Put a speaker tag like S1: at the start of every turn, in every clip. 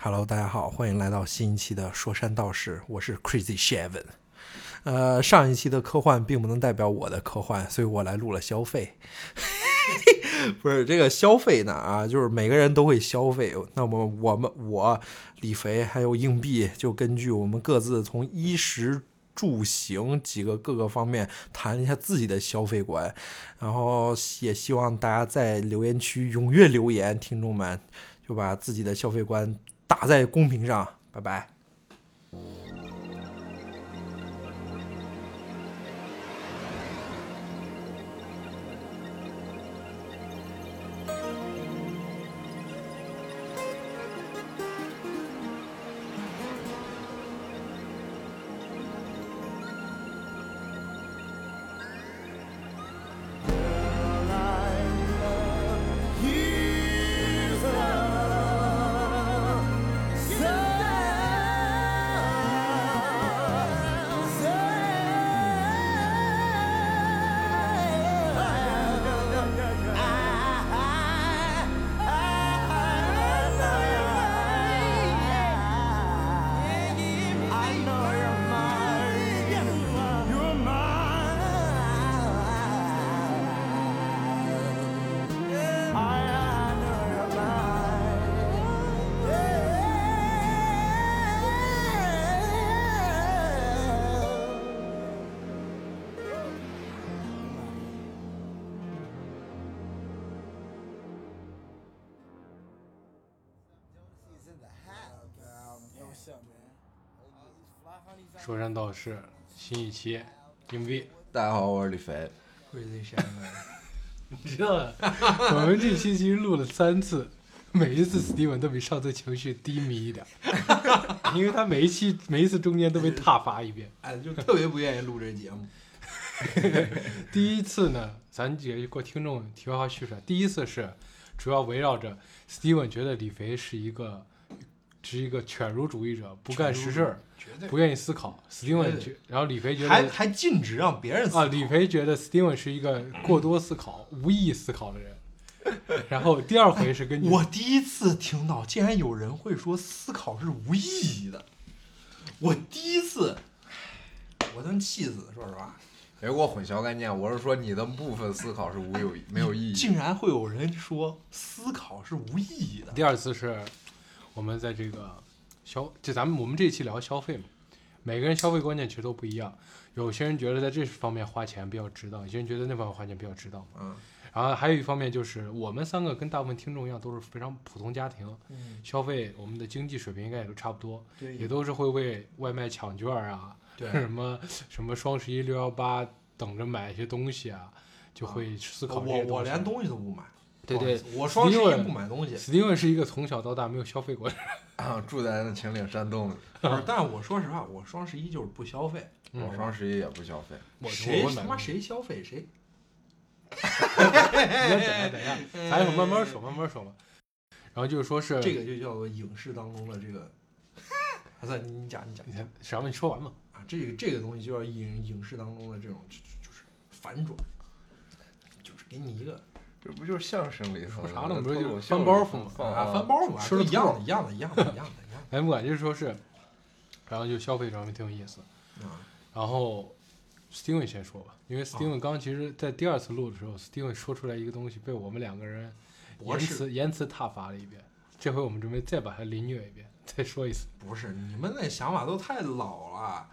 S1: Hello，大家好，欢迎来到新一期的说山道士，我是 Crazy Seven。呃，上一期的科幻并不能代表我的科幻，所以我来录了消费。不是这个消费呢啊，就是每个人都会消费。那么我们我李肥还有硬币，就根据我们各自从衣食住行几个各个方面谈一下自己的消费观，然后也希望大家在留言区踊跃留言，听众们就把自己的消费观打在公屏上。拜拜。
S2: 说山道士新一期硬币，
S3: 大家好，我是李肥。
S1: Crazy
S2: 你知道了， 我们这期其实录了三次，每一次 Steven 都比上次情绪低迷一 点，因为他每一期每一次中间都被踏伐一遍。
S1: 哎，就特别不愿意录这节 目。
S2: 第一次呢，咱也给听众题外话叙述，第一次是主要围绕着 Steven 觉得李肥是一个是一个犬儒主义者，不干实事儿，
S1: 绝对
S2: 不愿意思考。Steven 觉，然后李肥觉
S1: 还
S2: 得
S1: 还禁止让别人
S2: 啊，
S1: 死。
S2: 李培觉得 Steven 是一个过多思考、无意义思考的人。然后第二回是根据
S1: 哎我第一次听到，竟然有人会说思考是无意义的。我第一次，我真气死！说实话，
S3: 别给我混淆概念，我是说你的部分思考是无有没有意义。
S1: 竟然会有人说思考是无意义的。
S2: 第二次是我们在这个消，就咱们我们这一期聊消费嘛，每个人消费观念其实都不一样。有些人觉得在这方面花钱比较值当，有些人觉得那方面花钱比较值当。
S3: 嗯，
S2: 然后还有一方面就是我们三个跟大部分听众一样，都是非常普通家庭，
S1: 嗯，
S2: 消费我们的经济水平应该也都差不多，也
S1: 对
S2: 都是会为外卖抢券儿啊，
S1: 对，
S2: 什么什么双十一、六幺八等着买一些东西啊，就会思考这
S1: 我
S2: 些
S1: 我
S2: 东西。啊
S1: 连东西都不买。
S2: 对
S1: 不好意
S2: 对
S1: 思，我双十
S2: 因为
S1: 一不买东 西。
S2: ，Steven 是一个从小到大没有消费过的人，
S3: 啊，住在那秦岭山洞里，
S1: 不是，但我说实话，我双十一就是不消费。
S2: 嗯
S3: 我双十一也不消费。
S2: 我
S1: 谁
S2: 我会
S1: 他
S2: 买
S1: 妈
S2: 东西？
S1: 谁消费谁？哎
S2: 你先等一下等一下，咱一会儿慢慢说，慢慢说吧。然后就是说是
S1: 这，个就叫做影视当中的这个。 阿三，你你讲你讲
S2: 你先，什么？你说完嘛？
S1: 啊，这个这个东西就要影影视当中的这种就就就是反转，就是给你一个
S3: 这不就是相声里头
S2: 说
S3: 的
S2: 啥呢
S3: 那
S2: 不是
S3: 脱
S2: 就
S3: 口
S2: 是
S3: 秀
S2: 翻包
S3: 里
S2: 袱
S3: 头
S2: 吗
S3: 放
S1: 啊翻包嘛，
S2: 哦吃了
S1: 都一样的，一样的，一样的，一样的，一样
S2: 咱不管就是说是，然后就消费这方面挺有意思。
S1: 的 啊。
S2: 然后 Steven 先说吧，
S1: 哦
S2: 因为 Steven 刚其实在第二次录的时候，Steven 说出来一个东西，被我们两个人
S1: 博
S2: 言
S1: 士
S2: 辞言辞挞伐了一遍。这回我们准备再把它凌虐一遍，再说一次。
S1: 不是你们那想法都太老了，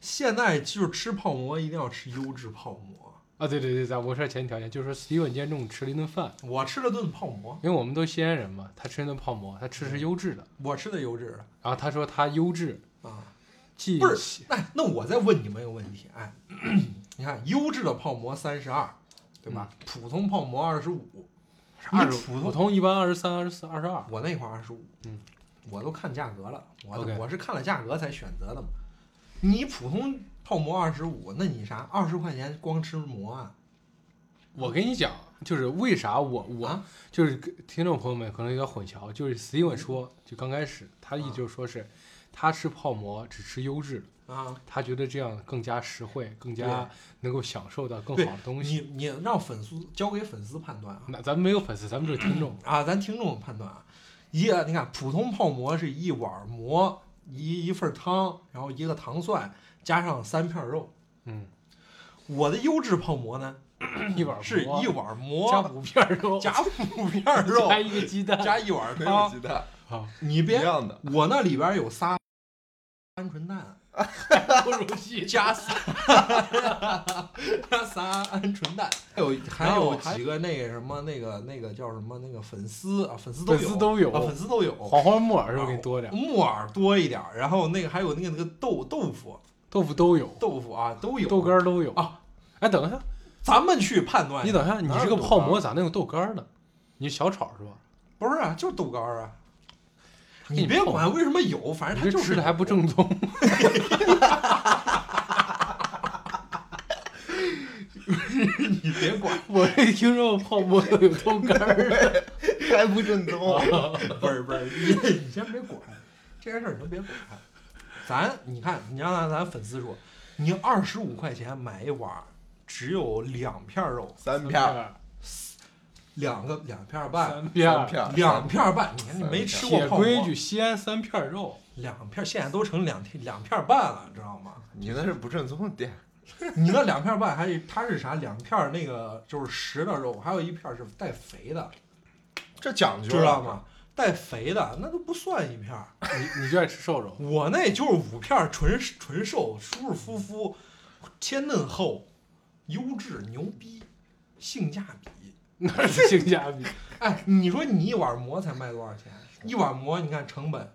S1: 现在就是吃泡馍一定要吃优质泡馍。
S2: 啊，对对对，咱我说前提条件就是说，Steven 今天中午吃了一顿饭，
S1: 我吃了顿泡馍，
S2: 因为我们都西安人嘛，他吃一顿泡馍，他吃的是优质的，
S1: 我吃的优质的
S2: 然后他说他优质
S1: 啊。
S2: 既
S1: 不是那那我再问你们一个问题，哎， 你看优质的泡馍三十二，对吧？普通泡馍二十五，
S2: 二
S1: 你
S2: 十
S1: 普
S2: 嗯普
S1: 通
S2: 通一般二十三、二十四、二十二，
S1: 我那块儿二十五，
S2: 嗯，
S1: 我都看价格了，我
S2: OK
S1: 我是看了价格才选择的嘛。你普通泡馍二十五，那你啥二十块钱光吃馍啊？
S2: 我跟你讲，就是为啥我我、
S1: 啊
S2: 就是跟听众朋友们可能有点混淆，就是 Steven
S1: 嗯
S2: 说，就刚开始他一直说是、他吃泡馍只吃优质的，
S1: 啊，
S2: 他觉得这样更加实惠，更加能够享受到更好的东
S1: 你
S2: 西。
S1: 你让粉丝交给粉丝判断啊
S2: 那咱们没有粉丝，咱们就是听众。
S1: 啊，咱听众判断啊，一个你看普通泡馍是一碗馍，一一份汤，然后一个糖蒜，加上三片肉。
S2: 嗯，
S1: 我的优质泡馍呢
S2: 一碗
S1: 是
S2: 馍
S1: 一碗
S2: 加
S1: 馍，
S2: 五片儿肉，
S1: 加五片儿肉，
S2: 加一个鸡 蛋，
S1: 加一碗
S3: 没有
S1: 汤。
S3: 鸡蛋，
S2: 啊，
S1: 你
S3: 一
S1: 别，
S3: 样的。
S1: 我那里边有仨鹌鹑蛋。
S2: 不如戏
S1: 加仨，加 仨鹌鹑蛋，还有还有几个那个什么那个那个叫什么那个粉丝啊，粉丝都有，
S2: 粉丝都有
S1: 啊，粉丝都有，
S2: 黄花木耳是不是给你多点儿？
S1: 木耳多一点儿，然后那个还有那个那个豆豆腐
S2: 豆腐都有，
S1: 豆腐啊都有
S2: 豆干，儿都有
S1: 啊。
S2: 哎，等一下，
S1: 咱们去判断，
S2: 你等一下，你
S1: 哪有
S2: 这个
S1: 豆
S2: 泡
S1: 干儿
S2: 馍咋能有豆干儿呢？你小炒是吧？
S1: 不是啊，就是豆干儿啊。
S2: 给你
S1: 你别
S2: 泡
S1: 管为什么有，反
S2: 你
S1: 正它
S2: 这
S1: 就是
S2: 吃的还不
S1: 有
S2: 正 宗，
S1: 你别管，
S2: 我没听说过泡馍有豆干儿
S3: 还不正宗。
S1: 不是不是，你 你先别管这件事，你都别管。咱你看，你让咱粉丝说，你二十五块钱买一碗，只有两片肉，
S3: 三片儿，
S2: 啊，
S1: 两个两片半，
S2: 三 片
S3: 三
S2: 儿，
S3: 片儿，
S1: 两哎片半。你看你
S3: 三
S1: 没
S3: 片
S1: 吃过
S2: 铁
S1: 泡
S2: 规
S1: 馍，
S2: 矩，西安三片儿肉。
S1: 两片现在都成两片两片半了，知道吗？
S3: 你那是不正宗的店。
S1: 你那两片半还是它是啥？两片那个就是实的肉，还有一片是带肥的，
S3: 这讲究
S2: 啊
S1: 知道？吗？带肥的那都不算一片儿。
S2: 你你就爱吃瘦肉，
S1: 我那就是五片儿纯纯瘦，舒舒服服，鲜嫩厚，优质牛逼，性价比。
S2: 哪是性价比？
S1: 哎，你说你一碗馍才卖多少钱？一碗馍你看成本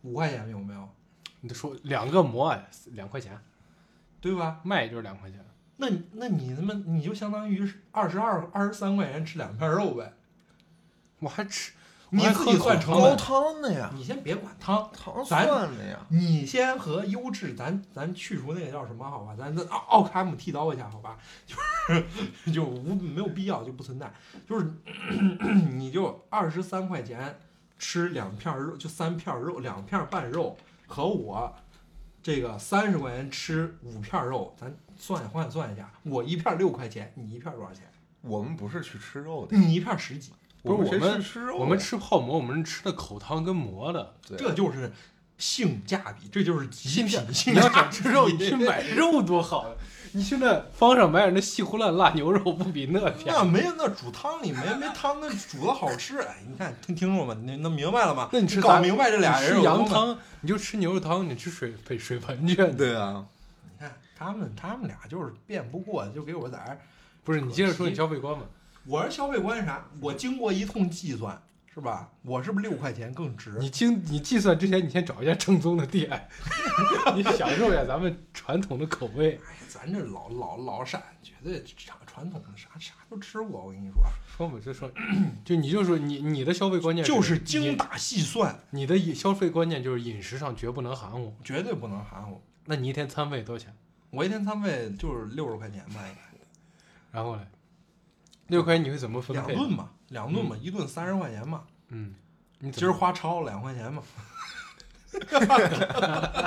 S1: 五块钱有没有？
S2: 你都说两个馍啊两块钱，
S1: 对吧？
S2: 卖也就是两块钱，
S1: 那你那你他妈你就相当于二十二二十三块钱吃两片肉呗，
S2: 我还吃，
S1: 你
S2: 我还
S1: 自己
S2: 喝口
S1: 算成
S3: 高
S1: 本。
S3: 汤的呀，
S1: 你先别管汤，
S3: 糖
S1: 咱
S3: 蒜的呀。
S1: 你先和优质，咱咱去除那个叫什么，好吧？咱咱奥奥卡姆剃刀一下，好吧？就是 就无没有必要，就不存在。就是 你就二十三块钱吃两片肉，就三片肉，两片半肉，和我这个三十块钱吃五片肉，咱算换算一下，我一片六块钱，你一片多少钱？
S3: 我们不是去吃肉的，
S1: 你一片十几，
S2: 不是
S3: 谁
S2: 我们
S3: 去吃肉的？
S2: 我们吃泡馍，我们是吃的口汤跟馍的。
S3: 对
S1: 这就是性价比，这就是极
S2: 性价
S1: 品性
S2: 你要
S1: 价
S2: 想
S1: 比。
S2: 吃肉，你去 买肉多好呀！你去那方上买点那西湖烂辣牛肉，不比那便宜？
S1: 那没有那煮汤里没没汤，那煮的好吃。哎，你看听听众们，你那明白了吗？
S2: 那你吃
S1: 搞
S2: 啥
S1: 明白这俩
S2: 你
S1: 人
S2: 吃
S1: 有多
S2: 羊
S1: 么，
S2: 汤，你就吃牛肉汤，你吃水水水盆去。
S3: 对啊，
S1: 你看他们他们俩就是辩不过，就给我在这儿。
S2: 不是你接着说你消费观嘛？
S1: 我是消费观是啥？我经过一通计算，是吧？我是不是六块钱更值？
S2: 你经你计算之前，你先找一下正宗的店， 你享受一下咱们传统的口味。
S1: 哎，咱这老老老陕绝对传传统的啥啥都吃过，我跟你说，
S2: 说嘛，就说， 就你就说你你的消费观念
S1: 就是
S2: 你
S1: 精打细算，
S2: 你的饮消费观念就是饮食上绝不能含糊。
S1: 绝对不能含糊。
S2: 那你一天餐费多少钱？
S1: 我一天餐费就是六十块钱吧，应该。
S2: 然后呢，六块钱你会怎么分
S1: 两
S2: 配？
S1: 顿嘛，两顿嘛，一顿三十块钱嘛，
S2: 嗯，你
S1: 今儿花超了两块钱嘛。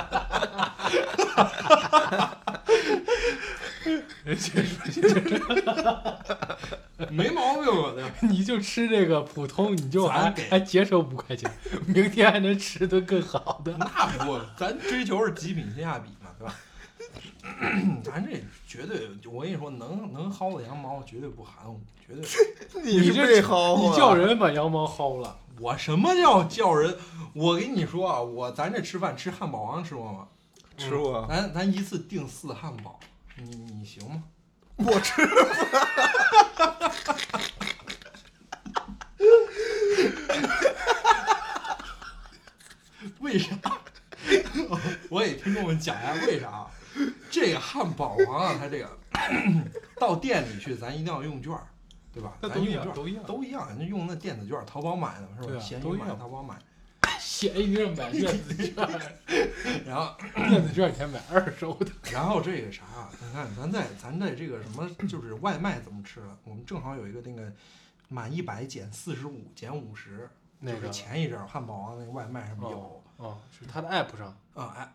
S1: 没毛病啊吧？对吧
S2: 你就吃这个普通，你就还
S1: 咱给
S2: 还节省五块钱， 明天还能吃顿更好的。
S1: 那不，咱追求是极品性价比嘛，对吧？咱这绝对，我跟你说，能能薅的羊毛绝对不含糊，绝对。
S2: 你
S3: 你
S2: 这
S3: 被薅
S2: 你
S3: 了
S2: 叫人把羊毛薅了，
S1: 我什么叫叫人？我跟你说啊，我咱这吃饭吃汉堡王吃过吗？
S3: 吃
S2: 嗯
S3: 过？
S1: 咱咱一次订四汉堡，你你行吗？
S3: 我吃。
S1: 为啥？我给听众们讲一下为啥啊这个汉堡王啊，它这个 到店里去，咱一定要用券儿，对吧？
S2: 那
S1: 咱
S2: 都一
S1: 用
S2: 样
S1: 券儿
S2: 都一样
S1: 都一样，人家用那电子券儿，淘宝买的是
S2: 对
S1: 吧？
S2: 啊
S1: 闲
S2: 都
S1: 鱼
S2: 一
S1: 买
S2: 样，
S1: 淘宝买。
S2: 闲鱼上买电子券，
S1: 然后，
S2: 电子券你还买二手的。
S1: 然后这个啥，啊你看咱在咱在这个什么，就是外卖怎么吃了？我们正好有一个那个满一百减四十五减五十，
S2: 那
S1: 就
S2: 个
S1: 是前一阵儿汉堡王那个外卖上面有。
S2: 哦，是他的 app 上，
S1: 啊、哎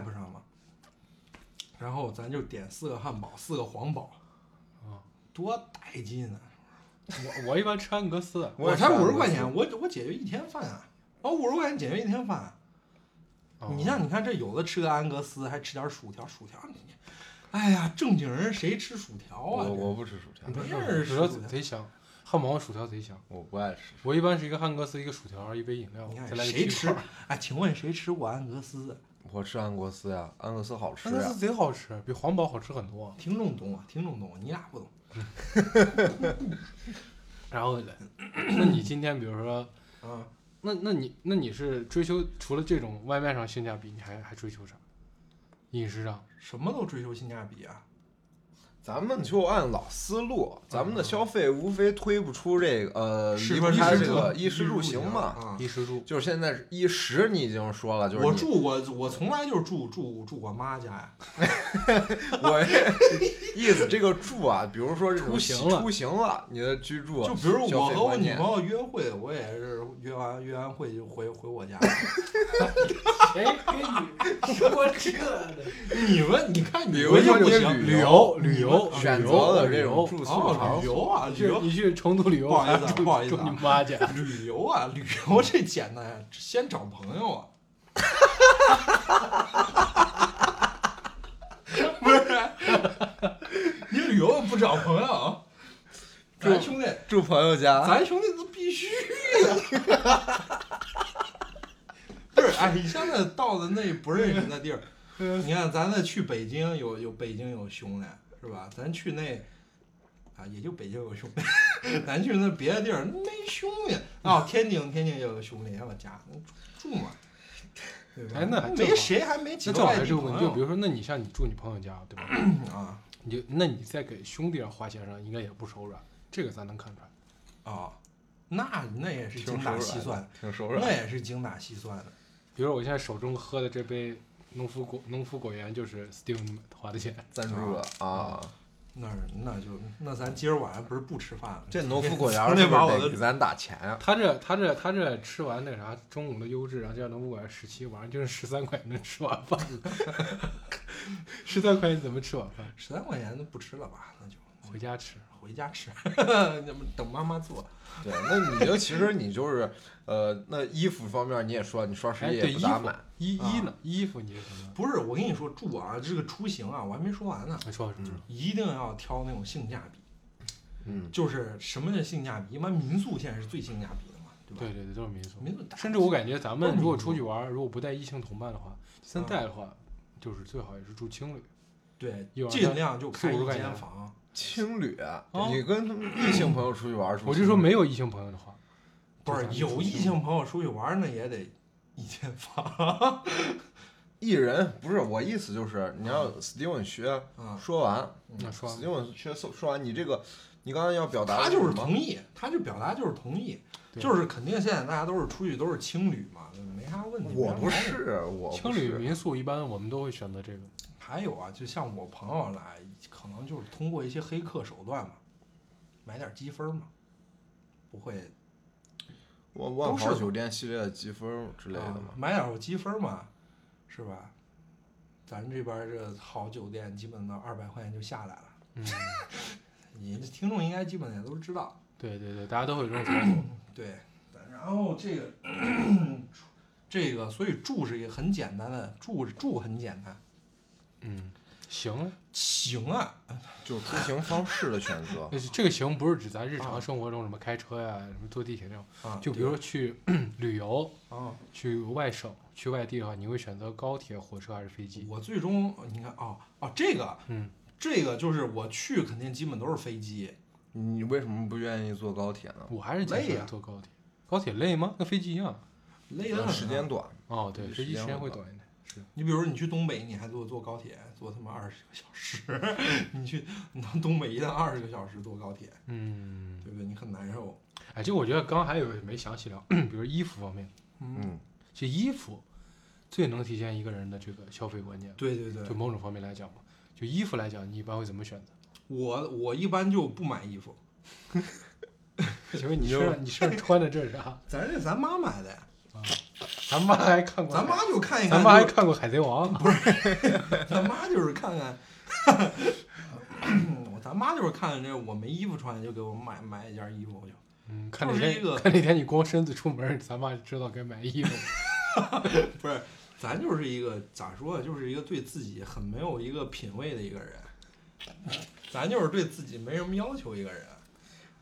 S1: app 上嘛，然后咱就点四个汉堡，四个黄堡，
S2: 啊
S1: 多带劲啊！
S2: 我我一般吃安格斯，
S1: 我才五十块
S2: 哦。
S1: 钱，我我解决一天饭啊！我五十块钱解决一天饭。啊
S2: 哦
S1: 你像你看这有的吃个安格斯，还吃点薯条，薯条你，哎呀，正经人谁吃薯条啊？
S3: 我我不吃薯条
S1: 你，不
S2: 是
S1: 认识
S2: 薯条
S1: 薯条
S2: 贼香，汉堡和薯条贼香。
S3: 我不爱吃。
S2: 我一般是一个汉格斯，一个薯条，一杯饮料
S1: 你，看
S2: 再来个
S1: 谁
S2: 鸡
S1: 吃
S2: 块。？
S1: 哎，请问谁吃过安格斯？
S3: 我吃安格斯呀，安格斯
S1: 啊
S3: 好吃
S2: 安格
S3: 呀
S2: 斯。贼好吃，比皇堡好吃很多。
S1: 听众懂啊，听众懂，你俩不懂。
S2: 然后 呢，那你今天比如说，
S1: 啊，
S2: 那那你那你是追求除了这种外卖上性价比，你还还追求啥？饮食上，
S1: 什么都追求性价比啊！
S3: 咱们就按老思路，咱们的消费无非推不出这个呃
S1: 是
S3: 离不开这个
S1: 衣
S3: 衣
S1: 食
S3: 食
S1: 嗯住
S3: 住行嘛。
S1: 啊，
S2: 衣食 住，
S3: 就是现在是衣食你已经说了，就是
S1: 我
S3: 你
S1: 住我我从来就是住住住我妈家呀，
S3: 我 意思这个住啊，比如说这种
S2: 出行了
S3: 出行了，你的居住啊
S1: 就比如
S3: 消
S1: 我
S3: 费
S1: 和我
S3: 观
S1: 女
S3: 念
S1: 朋友约会，我也是约完约完会就回回我家。
S2: 谁给哎你说这的？
S1: 你们你看你
S3: 旅游
S1: 们就
S3: 就
S1: 不
S3: 是
S1: 行，
S2: 旅游旅游
S3: 选择的这种
S2: 旅游
S3: 住宿
S1: 哦，
S3: 场
S1: 旅
S3: 所，
S1: 游啊，
S2: 你
S1: 旅
S2: 去
S1: 游
S2: 你去成都旅游，
S1: 不好意思啊
S2: 还住
S1: 不好意思啊
S2: 住你妈家。
S1: 旅游啊，旅游这简单呀，先找朋友啊。 不是，你旅游不找朋友，咱兄弟，
S3: 住朋友家，
S1: 咱兄弟是必须的。不是，哎，你现在到的那不认识的地儿，你看咱再去北京有有北京有兄弟是吧？咱去那啊，也就北京有兄弟，咱去那别的地儿没兄弟啊、天津天津也有兄弟，还有家住住嘛，对吧？
S2: 哎那还正
S1: 没
S2: 好
S1: 谁还没几个
S2: 那正好
S1: 外
S2: 还
S1: 地
S2: 是个问
S1: 朋
S2: 题，就比
S1: 友
S2: 如说，那你像你住你朋友家， 对吧？
S1: 啊
S2: 你就那你在给兄弟上花钱上，应该也不手软，这个咱能看出来。
S1: 啊，那那也是
S3: 挺
S1: 精
S3: 手
S1: 打
S3: 软
S1: 细算
S3: 的，，挺手软
S1: 那
S3: 的。
S1: 也是精打细算的。
S2: 比如说我现在手中喝的这杯农夫果农夫果园，就是 Steven 花的钱。
S3: 赞助了啊！
S1: 那儿那就那咱今儿晚上不是不吃饭了？
S3: 这农 夫果园
S1: 从
S3: 是
S1: 那
S3: 不
S1: 把我
S3: 是得
S1: 的
S3: 给咱打钱啊？
S2: 他这他这他这吃完那啥中午的优质，然后加农夫果园十七，晚上就是十三块钱能吃晚饭 了。十三块钱怎么吃晚饭？
S1: 十三块钱都不吃了吧？那就
S2: 回家吃。
S1: 回家 吃，那么等妈妈做。
S3: 对，那你就其实你就是呃，那衣服方面你也说你双十
S2: 哎，
S3: 一
S2: 对
S3: 也不
S2: 衣
S3: 咋
S2: 服
S3: 买，
S2: 衣
S1: 啊
S2: 衣呢？衣服你是什么？
S1: 不是，我跟你说住啊，这个出行啊，我还没说完呢，
S2: 你说什么？
S1: 一定要挑那种性价比。
S3: 嗯，
S1: 就是什么叫性价比？一般民宿现在是最性价比的嘛，对吧？
S2: 对
S3: 嗯
S2: 对对，都是民宿。
S1: 民宿大
S2: 甚至我感觉咱
S1: 不
S2: 们
S1: 是
S2: 如果
S1: 民
S2: 出
S1: 宿
S2: 去玩儿，如果不带异性同伴的话，现
S1: 啊
S2: 在带的话，就是最好也是住青旅。
S1: 对
S2: 一，晚上
S1: 尽量就开
S2: 啊四五十
S1: 一
S2: 块
S1: 间
S2: 钱
S1: 房。
S3: 青旅，啊你跟他们异性朋友出去玩儿，
S2: 我就说没有异性朋友的话，
S1: 不是
S2: 咱们住
S1: 有异
S2: 青旅
S1: 性朋友出去玩儿那也得一间房
S3: 一人不是我意思就是你让 Steven 学
S1: 啊。
S3: 说完
S2: 那说
S3: ，Steven 学说说完，你这个你刚刚要表达的
S1: 他就是
S3: 什么
S1: 同意，他就表达就是同意，
S2: 对
S1: 就是肯定现在大家都是出去都是青旅嘛，没啥问题。
S3: 我
S1: 没啥
S3: 不
S1: 毛病
S3: 是，我
S2: 青
S3: 不
S2: 旅
S3: 是，
S2: 民宿一般我们都会选择这个。
S1: 还有啊，就像我朋友来，可能就是通过一些黑客手段嘛，买点积分嘛，不会
S3: 我万
S1: 都是
S3: 豪
S1: 的
S3: 酒店系列的积分之类的
S1: 啊
S3: 嘛，。
S1: 买点积分嘛，是吧？咱这边这好酒店基本到二百块钱就下来了，
S2: 嗯，
S1: 你这听众应该基本也都知道。
S2: 对对对，大家都会有这种 操作。
S1: 对，然后这个 这个，所以住是一个很简单的，住住很简单，
S2: 嗯，行，
S1: 行啊，
S3: 就出行方式的选择
S2: 。但是这个行不是指咱日
S1: 啊
S2: 常生活中什么开车呀、什么坐地铁这种，
S1: 啊，
S2: 就比如说去 旅游、
S1: 对啊，
S2: 去外省、去外地的话，你会选择高铁、火车还是飞机？
S1: 我最终你看哦哦，这个
S2: 嗯，
S1: 这个就是我去肯定基本都是飞机，
S3: 你为什么不愿意坐高铁呢？
S2: 我还是建
S1: 累
S2: 议
S1: 呀
S2: 坐高铁。高铁累吗？跟飞机一样。
S1: 累得很。
S3: 时间，短，
S2: 哦，对，飞
S3: 对时
S2: 机
S3: 间
S2: 时间
S3: 会
S2: 会
S3: 短
S2: 短一点。是，
S1: 你比如说你去东北，你还坐坐高铁，坐他妈二十个小时， 你去你到东北一趟二十个小时坐高铁，
S2: 嗯，
S1: 对不对？你很难受。
S2: 哎，就我觉得刚刚还有没详细聊， 比如衣服方面，
S1: 嗯，
S3: 嗯，
S2: 其实衣服最能体现一个人的这个消费观念，
S1: 对对对
S2: 就，某种方面来讲嘛。就衣服来讲，你一般会怎么选择？
S1: 我我一般就不买衣服，
S2: 请问你
S3: 你就
S2: 身上你身上穿的这是啥？
S1: 咱这咱妈买的，
S2: 咱妈还看过，
S1: 咱妈就看一看
S2: 咱
S1: 就，
S2: 妈还看过《海啊贼王》，
S1: 咱妈就是看看，我咱妈就是看这我没衣服穿，就给我买买一件衣服去。
S2: 嗯，看
S1: 就
S2: 那
S1: 是
S2: 天
S1: 一个
S2: 看那天你光身子出门，咱妈就知道该买衣服。
S1: 不是，咱就是一个咋说啊，就是一个对自己很没有一个品位的一个人，咱就是对自己没什么要求一个人。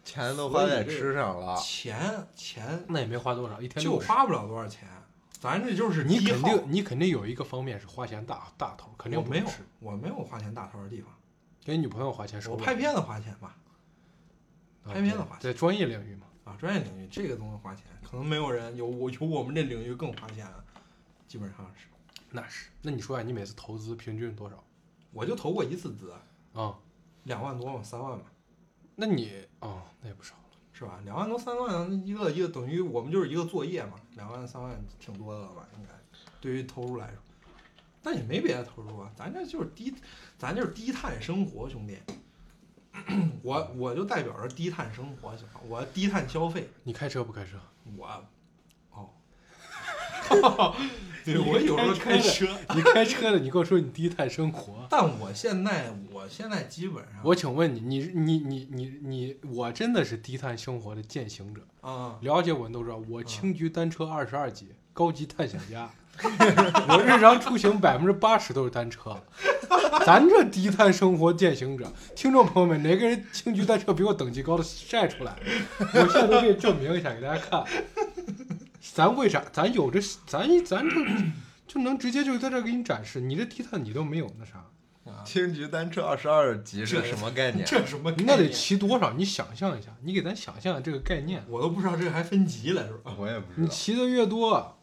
S3: 钱都花在吃上了，
S1: 钱钱
S2: 那也没花多少，啊一天
S1: 就
S2: 六十。
S1: 花不了多少钱，咱这就是
S2: 你
S1: 低
S2: 肯
S1: 耗。
S2: 定你肯定有一个方面是花钱大大头，肯定
S1: 我
S2: 不
S1: 没有
S2: 是，
S1: 我没有花钱大头的地方，
S2: 给女朋友花钱受
S1: 我
S2: 不了
S1: 拍片子花钱吧。
S2: 啊
S1: 拍片
S2: 对
S1: 子花钱
S2: 在专业领域嘛，
S1: 啊，专业领域这个东西花钱，可能没有人有我有我们这领域更花钱啊，基本上是。
S2: 那是。那你说啊呀、你每次投资平均多少
S1: 我就投过一次资，
S2: 啊、
S1: 两万多嘛，三万嘛，
S2: 那你哦，那也不少了。
S1: 是吧？两万多三万，那一个一个等于我们就是一个作业嘛，两万三万挺多的了吧？应该对于投入来说，但也没别的投入啊，咱这就是低，咱就是低碳生活，兄弟。我我就代表着低碳生活行吗？我低碳消费，
S2: 你开车不开车？
S1: 我哦， 对我有时候开车，
S2: 你开车的，你跟我说你低碳生活。
S1: 但我现在我现在基本上
S2: 我请问你，你你你你你，我真的是低碳生活的践行者。
S1: 啊、
S2: 了解我人都知道，我轻居单车二十二级，高级探险家。 我日常出行百分之八十都是单车，咱这低碳生活践行者，听众朋友们，哪个人轻居单车比我等级高的晒出来？我现在都给你证明一下，给大家看。咱为啥？咱有这，咱咱就就能直接就在这儿给你展示，你这低碳你都没有那啥，
S1: 啊，
S3: 青桔单车二十二级是什么概念？
S1: 这什么概
S2: 啊那得
S1: 念啊
S2: 骑多少？你想象一下，你给咱想象这个概念。
S1: 我都不知道这个还分级了是吧？
S3: 我也不知
S2: 你
S3: 道。
S2: 骑的越多，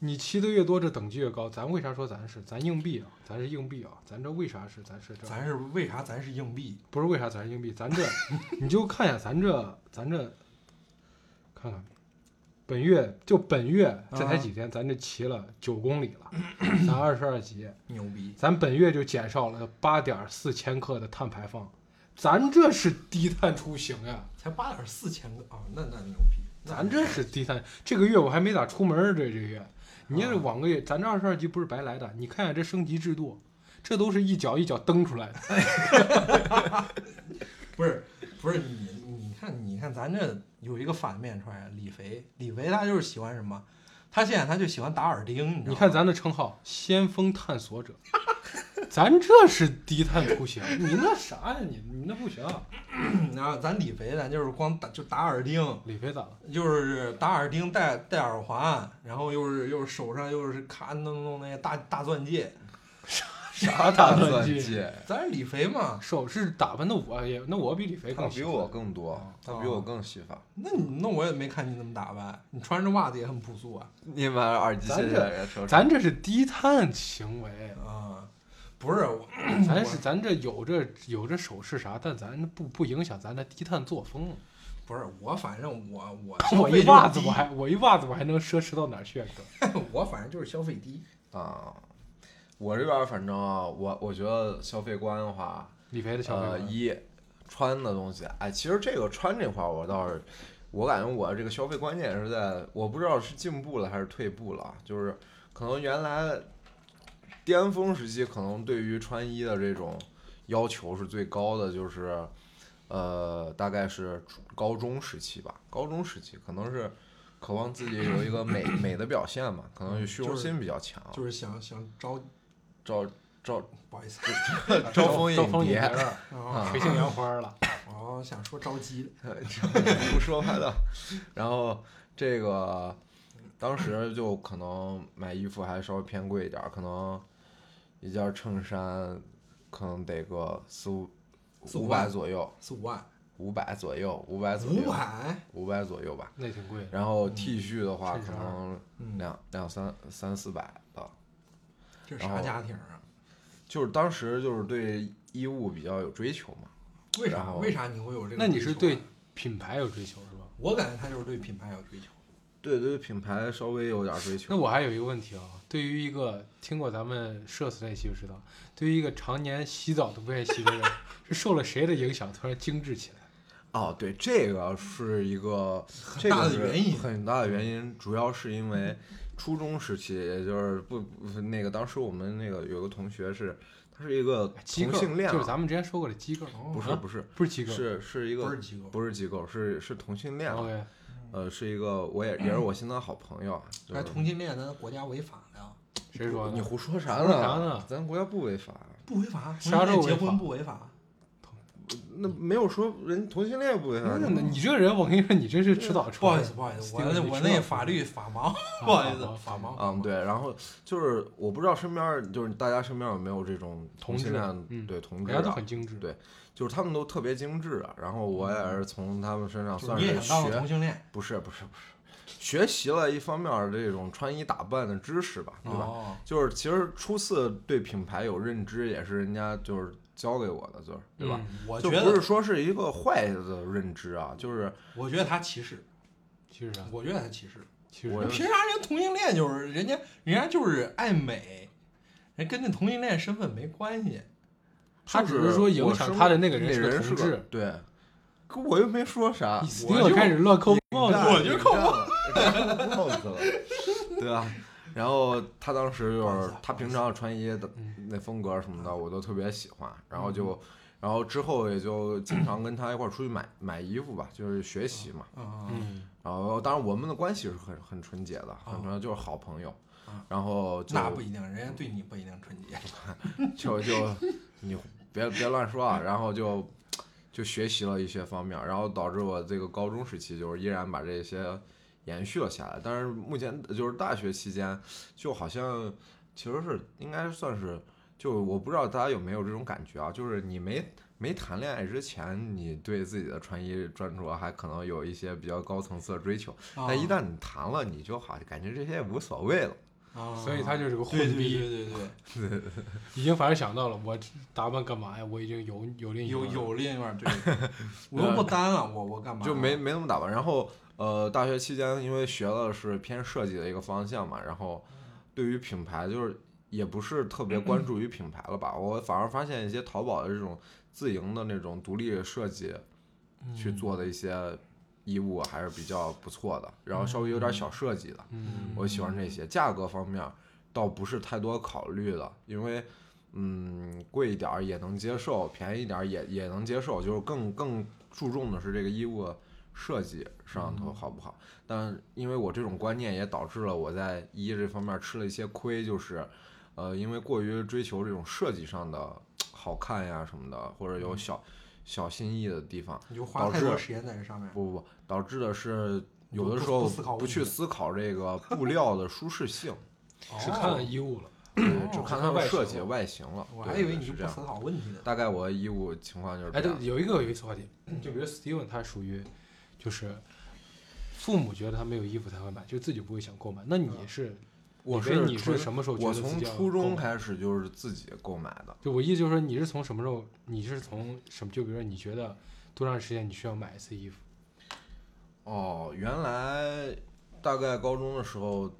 S2: 你骑的越多，这等级越高。咱为啥说咱是？咱硬币啊，咱是硬币啊，咱这为啥是？咱是这
S1: 咱是为啥咱是硬币？
S2: 不是为啥咱是硬 币？咱这你就看一下咱这咱这，看看本月就本月
S1: 啊
S2: 这才几天，咱这骑了九公里了，咱二十二级，
S1: 牛逼！
S2: 咱本月就减少了八点四千克的碳排放，咱这是低碳出行呀、
S1: 才八点四千个啊，那那牛逼！那
S2: 咱这是低碳，这个月我还没咋出门儿，这这个月，你要
S3: 啊
S2: 是网个月，咱这二十二级不是白来的，你看看这升级制度，这都是一脚一脚蹬出来的。
S3: 哎
S1: 不是不是你你看你看咱这有一个反面出来，李肥李肥他就是喜欢什么？他现在他就喜欢打耳钉，你知道
S2: 你
S1: 吗
S2: 看咱的称号“先锋探索 者”，咱这是低碳出行，你那啥呀？你你那不行、啊。
S1: 然后咱李肥咱就是光打就打耳钉，
S2: 李飞咋了？
S1: 就是打耳钉戴戴耳环，然后又是又是手上又是咔弄弄那些大大钻戒，
S2: 啥
S3: 大
S2: 钻
S3: 钻
S2: 戒？
S3: 戒，
S1: 咱是李肥嘛？
S2: 手是打扮的我也，那我比李飞
S3: 他
S2: 更
S3: 比
S2: 喜
S3: 我
S2: 欢。
S3: 更多，他比我更细发。
S1: 那你那我也没看你怎么打扮，你穿着袜子也很朴素啊。
S3: 你买耳机谢谢人手
S2: 咱这是低碳行
S3: 哎
S2: 为，
S1: 啊，不是我，
S2: 咱是咱这有这有这手势啥，但咱不不影响咱的低碳作风。
S1: 不是我，反正我我消
S2: 我
S1: 费
S2: 一
S1: 就是
S2: 袜子
S1: 低
S2: 我还我一袜子我还能奢侈到哪儿去啊？哥，
S1: 我反正就是消费低。
S3: 啊。我这边儿反正啊我我觉得消费观的话，
S2: 李飞的消费
S3: 呃，
S2: 观、
S3: 一穿的东西，哎，其实这个穿这块儿，我倒是，我感觉我这个消费观念是在，我不知道是进步了还是退步了，就是可能原来巅峰时期，可能对于穿衣的这种要求是最高的，就是呃，大概是初高中时期吧，高中时期可能是渴望自己有一个美 美的表现嘛，可
S2: 嗯
S3: 能虚荣
S1: 就是
S3: 心比较强，
S1: 就是想想招，
S3: 招招
S1: 不好意 思，
S3: 招蜂
S2: 招
S3: 引
S2: 蜂引
S3: 蝶
S2: 蝶。了，
S1: 啊，
S2: 水性杨花了。
S1: 我想说着急，
S3: 胡说八道。然后这个当时就可能买衣服还稍微偏贵一点儿，可能一件衬衫可能得个四五
S1: 四五
S3: 五
S1: 万
S3: 百左右，
S1: 四五万，
S3: 五百左右，啊五百左
S1: 五
S3: 右，
S1: 百，
S3: 五百左右吧。
S2: 那挺贵的。
S3: 然后 T 恤的话，
S2: 衬
S3: 可
S2: 衫
S3: 能
S1: 嗯，
S3: 两两三三四百吧。
S1: 这
S3: 然
S1: 啥
S3: 后
S1: 家庭啊？
S3: 就是当时就是对衣物比较有追求嘛，
S1: 为
S3: 然
S1: 啥
S3: 后
S1: 为啥你会有这个追求啊？
S2: 那你是对品牌有追求是吧？
S1: 我感觉他就是对品牌有追求。
S3: 对对品牌稍微有点追求。
S2: 那我还有一个问题啊，对于一个听过咱们社死那期就知道，对于一个常年洗澡都不愿意洗的人，是受了谁的影响突然精致起来？
S3: 哦，对，这个是一个
S1: 很
S3: 这
S1: 大
S3: 个
S1: 的
S3: 是
S1: 原因嗯
S3: 很大的原因主要是因为初中时期，也就是不不那个当时我们那个有个同学是，它是一
S1: 哎
S3: 个
S2: 机
S3: 同
S2: 构
S3: 性恋
S2: 就是
S3: 啊，
S2: 咱们之前说过的机构，
S3: 不是
S2: 啊
S3: 不是
S2: 不是机构，
S3: 是是一个
S1: 不是哦机构，
S3: 不是机构，是是同性恋啊，
S2: OK，
S3: 呃，是一个我也也是我新的好朋友啊，就
S1: 哎，
S3: 是
S1: 同性恋咱国家违法的，
S2: 谁说
S3: 你
S2: 的？
S3: 胡说啥
S2: 胡说啥呢
S3: 咱国家不违法，
S1: 不违法，同
S2: 啥
S1: 性恋
S2: 时候
S1: 结
S2: 违法
S1: 婚不违
S3: 啊
S1: 法？
S3: 那没有说人同性恋不违法。
S2: 那那嗯你这个人，我跟你说，你真是迟早出
S1: 不
S2: 来
S1: 好
S2: 的
S1: 意思，不好意思，我
S2: Steven，
S1: 那
S2: 你
S1: 我
S2: 知道
S1: 那
S2: 吗
S1: 法律法盲，
S2: 啊
S1: 不好意思
S2: 好，
S1: 法盲。
S3: 嗯，对，然后就是我不知道身边儿就是大家身边有没有这种
S2: 同
S3: 性
S2: 志
S3: 恋，
S2: 嗯
S3: 对同
S2: 人
S3: 志
S2: 家都
S3: 啊，
S2: 很精致，
S3: 对就是他们都特别精致啊。然后我也是从他们身上
S1: 就是
S3: 算
S1: 你也
S3: 是
S1: 想当个
S3: 学，
S1: 同性恋，
S3: 不是不是不是，学习了一方面儿这种穿衣打扮的知识吧，对吧？
S1: 哦，
S3: 就是其实初次对品牌有认知，也是人家就是教给我的，就是对吧？
S2: 嗯？
S1: 我
S3: 就
S1: 觉
S3: 不是
S1: 得，
S3: 说是一个坏的认知啊，就是
S1: 我觉得他歧视，
S2: 其实啥？啊
S1: 我觉得他歧视。
S2: 其实啊
S3: 我
S2: 啥
S1: 凭啥人同性恋就是人家，人家就是爱美，人跟那同性恋身份没关系。
S2: 他
S3: 就
S2: 只是说影
S3: 我
S2: 响
S3: 生
S2: 他的那个人
S3: 那
S2: 是个
S3: 人
S2: 同
S3: 是
S2: 志
S3: 对，可我又没说啥
S2: 你，
S1: 我
S2: Steven
S1: 就
S2: 开始乱扣帽
S3: 你看
S2: 子，
S1: 我就扣帽
S3: 你看扣帽子了， 对吧？然后他当时就是他平常穿衣的
S2: 嗯
S3: 那风格什么的，我都特别喜欢，然后就。然后之后也就经常跟他一块儿出去买买衣服吧，就是学习嘛。
S1: 嗯，
S2: 嗯，哦
S3: 然后当然我们的关系是很很纯洁的，很纯洁就是好朋友
S2: 嗯
S1: 啊。
S3: 然后就哎
S1: 那不一定，人家对你不一定纯洁。
S3: 就就你别别乱说啊，然后就就学习了一些方面，然后导致我这个高中时期就是依然把这些延续了下来。但是目前就是大学期间，就好像其实是应该算是，就我不知道大家有没有这种感觉啊，就是你没。没谈恋爱之前，你对自己的穿衣穿着还可能有一些比较高层次的追求，
S1: 哦
S3: 但一旦你谈了，你就好像感觉这些也无所谓了。
S1: 啊，
S2: 所以他就是个
S1: 对对
S2: 混逼，
S1: 对对对，
S2: 已经反正想到了我打扮干嘛呀？我已经有有另一
S1: 有
S2: 半了
S1: 有另一半对， 我又不单了，我我干嘛
S3: 就没嗯没那么打扮。然后呃，大学期间因为学的是偏设计的一个方向嘛，然后对于品牌就是也不是特别关注于品牌了吧，我反而发现一些淘宝的这种自营的那种独立设计去做的一些衣物还是比较不错的，然后稍微有点小设计的，
S2: 嗯，
S3: 我喜欢这些。价格方面倒不是太多考虑的，因为嗯，贵一点儿也能接受，便宜一点儿也也能接受，就是更更注重的是这个衣物设计上
S1: 嗯
S3: 头好不好。但因为我这种观念也导致了我在衣这方面吃了一些亏，就是呃，因为过于追求这种设计上的好看呀什么的，或者
S1: 嗯
S3: 有小小心翼的地方。
S1: 你就花太多时间在这上面。
S3: 不不不，导致的是有
S1: 不
S3: 的
S1: 不
S3: 时候
S1: 不思考
S3: 不
S1: 问
S3: 去
S1: 题
S3: 思考这个布料的舒适性，
S2: 只嗯看衣物了，
S3: 对
S1: 哦
S3: 只
S1: 我
S3: 看
S2: 看
S3: 它的
S2: 外
S3: 设
S2: 形
S3: 计
S2: 了
S3: 外形了。
S1: 我
S3: 对
S1: 还以为
S3: 对
S1: 你
S3: 是
S1: 就
S3: 这
S1: 不
S3: 样
S1: 思。考问题呢。
S3: 大概我的衣物情况就是
S2: 哎，对
S3: 这样，。
S2: 有一个有意思话题，就比如 Steven 他属于就是父母觉得他没有衣服才会买，就自己不会想购买。那你是
S3: 嗯我
S2: 你觉得
S3: 是
S2: 你
S3: 纯
S2: 是什么时候觉
S3: 我
S2: 得自
S3: 从
S2: 己要
S3: 初
S2: 购
S3: 中
S2: 买
S3: 开始就是自己购买的，
S2: 就我意思就是说，你是从什么时候？你是从什么？就比如说，你觉得多长时间你需要买一次衣服？
S3: 哦，原来大概高中的时候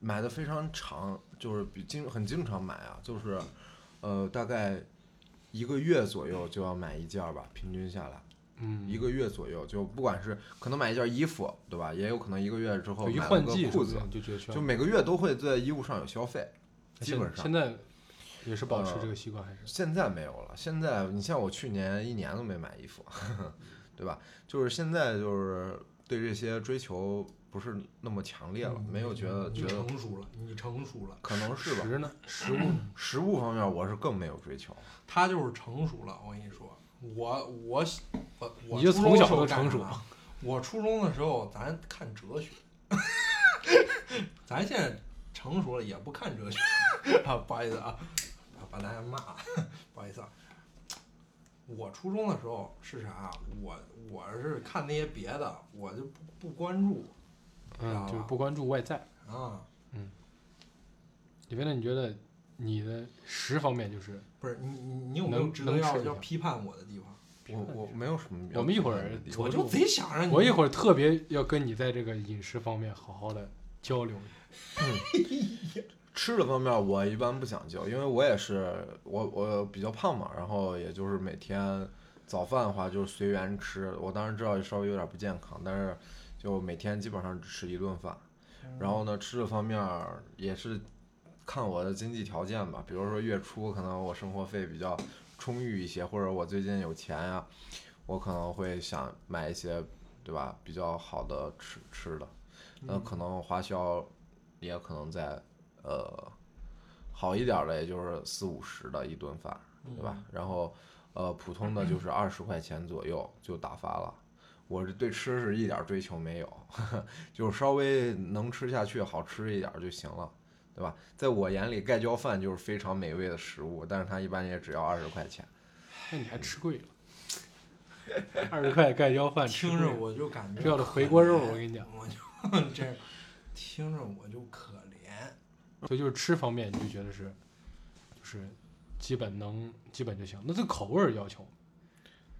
S3: 买的非常长，就是比经很经常买啊，就是呃大概一个月左右就要买一件儿吧，平均下来
S2: 嗯，
S3: 一个月左右，就不管是可能买一件衣服，对吧？也有可能一个月之后
S2: 就一
S3: 哦买了
S2: 换
S3: 个
S2: 季
S3: 裤子
S2: 是不是，就觉得需要
S3: 就
S2: 买。
S3: 每个月都会在衣物上有消费，基
S2: 现
S3: 本上
S2: 现在也是保持
S3: 呃
S2: 这个习惯，还是
S3: 现在没有了。现在你像我去年一年都没买衣服， 对吧？就是现在就是对这些追求不是那么强烈了，
S2: 嗯
S3: 没有觉得
S1: 你
S3: 呃觉得
S1: 成熟了，你成熟了，
S3: 可能是吧。
S2: 十呢？十五
S3: 食物方面我是更没有追求，
S1: 他就是成熟了。我跟你说，我我我我
S2: 你就
S1: 初
S2: 从
S1: 中
S2: 小
S1: 时候
S2: 就
S1: 干
S2: 成
S1: 什
S2: 熟
S1: 么我初中的时候，咱看哲学， 咱现在成熟了也不看哲学 啊，不好意思啊，把把大家骂了，不好意思啊。我初中的时候是啥？啊我我是看那些别的，我就不不关注
S3: 啊
S2: 嗯，就是不关注外在。
S1: 啊。
S2: 李飞呢？你觉得你的十方面就是
S1: 不是你你你有没有
S2: 能
S1: 值得
S2: 能
S1: 要
S2: 吃一
S1: 要
S2: 下
S1: 批判我的地方？
S3: 我我没有什么要看的地方。
S2: 我们一会儿
S1: 我
S2: 着
S1: 就
S2: 重
S1: 贼想让你
S2: 我一会儿特别要跟你在这个饮食方面好好的交流。
S3: 吃的方面我一般不讲究，因为我也是我我比较胖嘛，然后也就是每天早饭的话就是随缘吃。我当然知道稍微有点不健康，但是就每天基本上只吃一顿饭。然后呢，吃的方面儿也是看我的经济条件吧。比如说月初可能我生活费比较充裕一些，或者我最近有钱呀、我可能会想买一些，对吧？比较好的吃吃的，那可能花销也可能在呃好一点儿的，也就是四五十的一顿饭，
S1: 嗯
S3: 对吧？然后呃普通的就是二十块钱左右就打发了。我是对吃是一点儿追求没有， 就是稍微能吃下去、好吃一点儿就行了，对吧？在我眼里，盖浇饭就是非常美味的食物，但是它一般也只要二十块钱。
S2: 那你还吃贵了，二十块盖浇饭，吃
S1: 听着
S2: 贵了
S1: 我就感觉
S2: 这要是回锅肉，我跟你讲，
S1: 我就这听着我就可怜。
S2: 所以就是吃方面，你就觉得是，就是基本能基本就行。那对口味儿要求，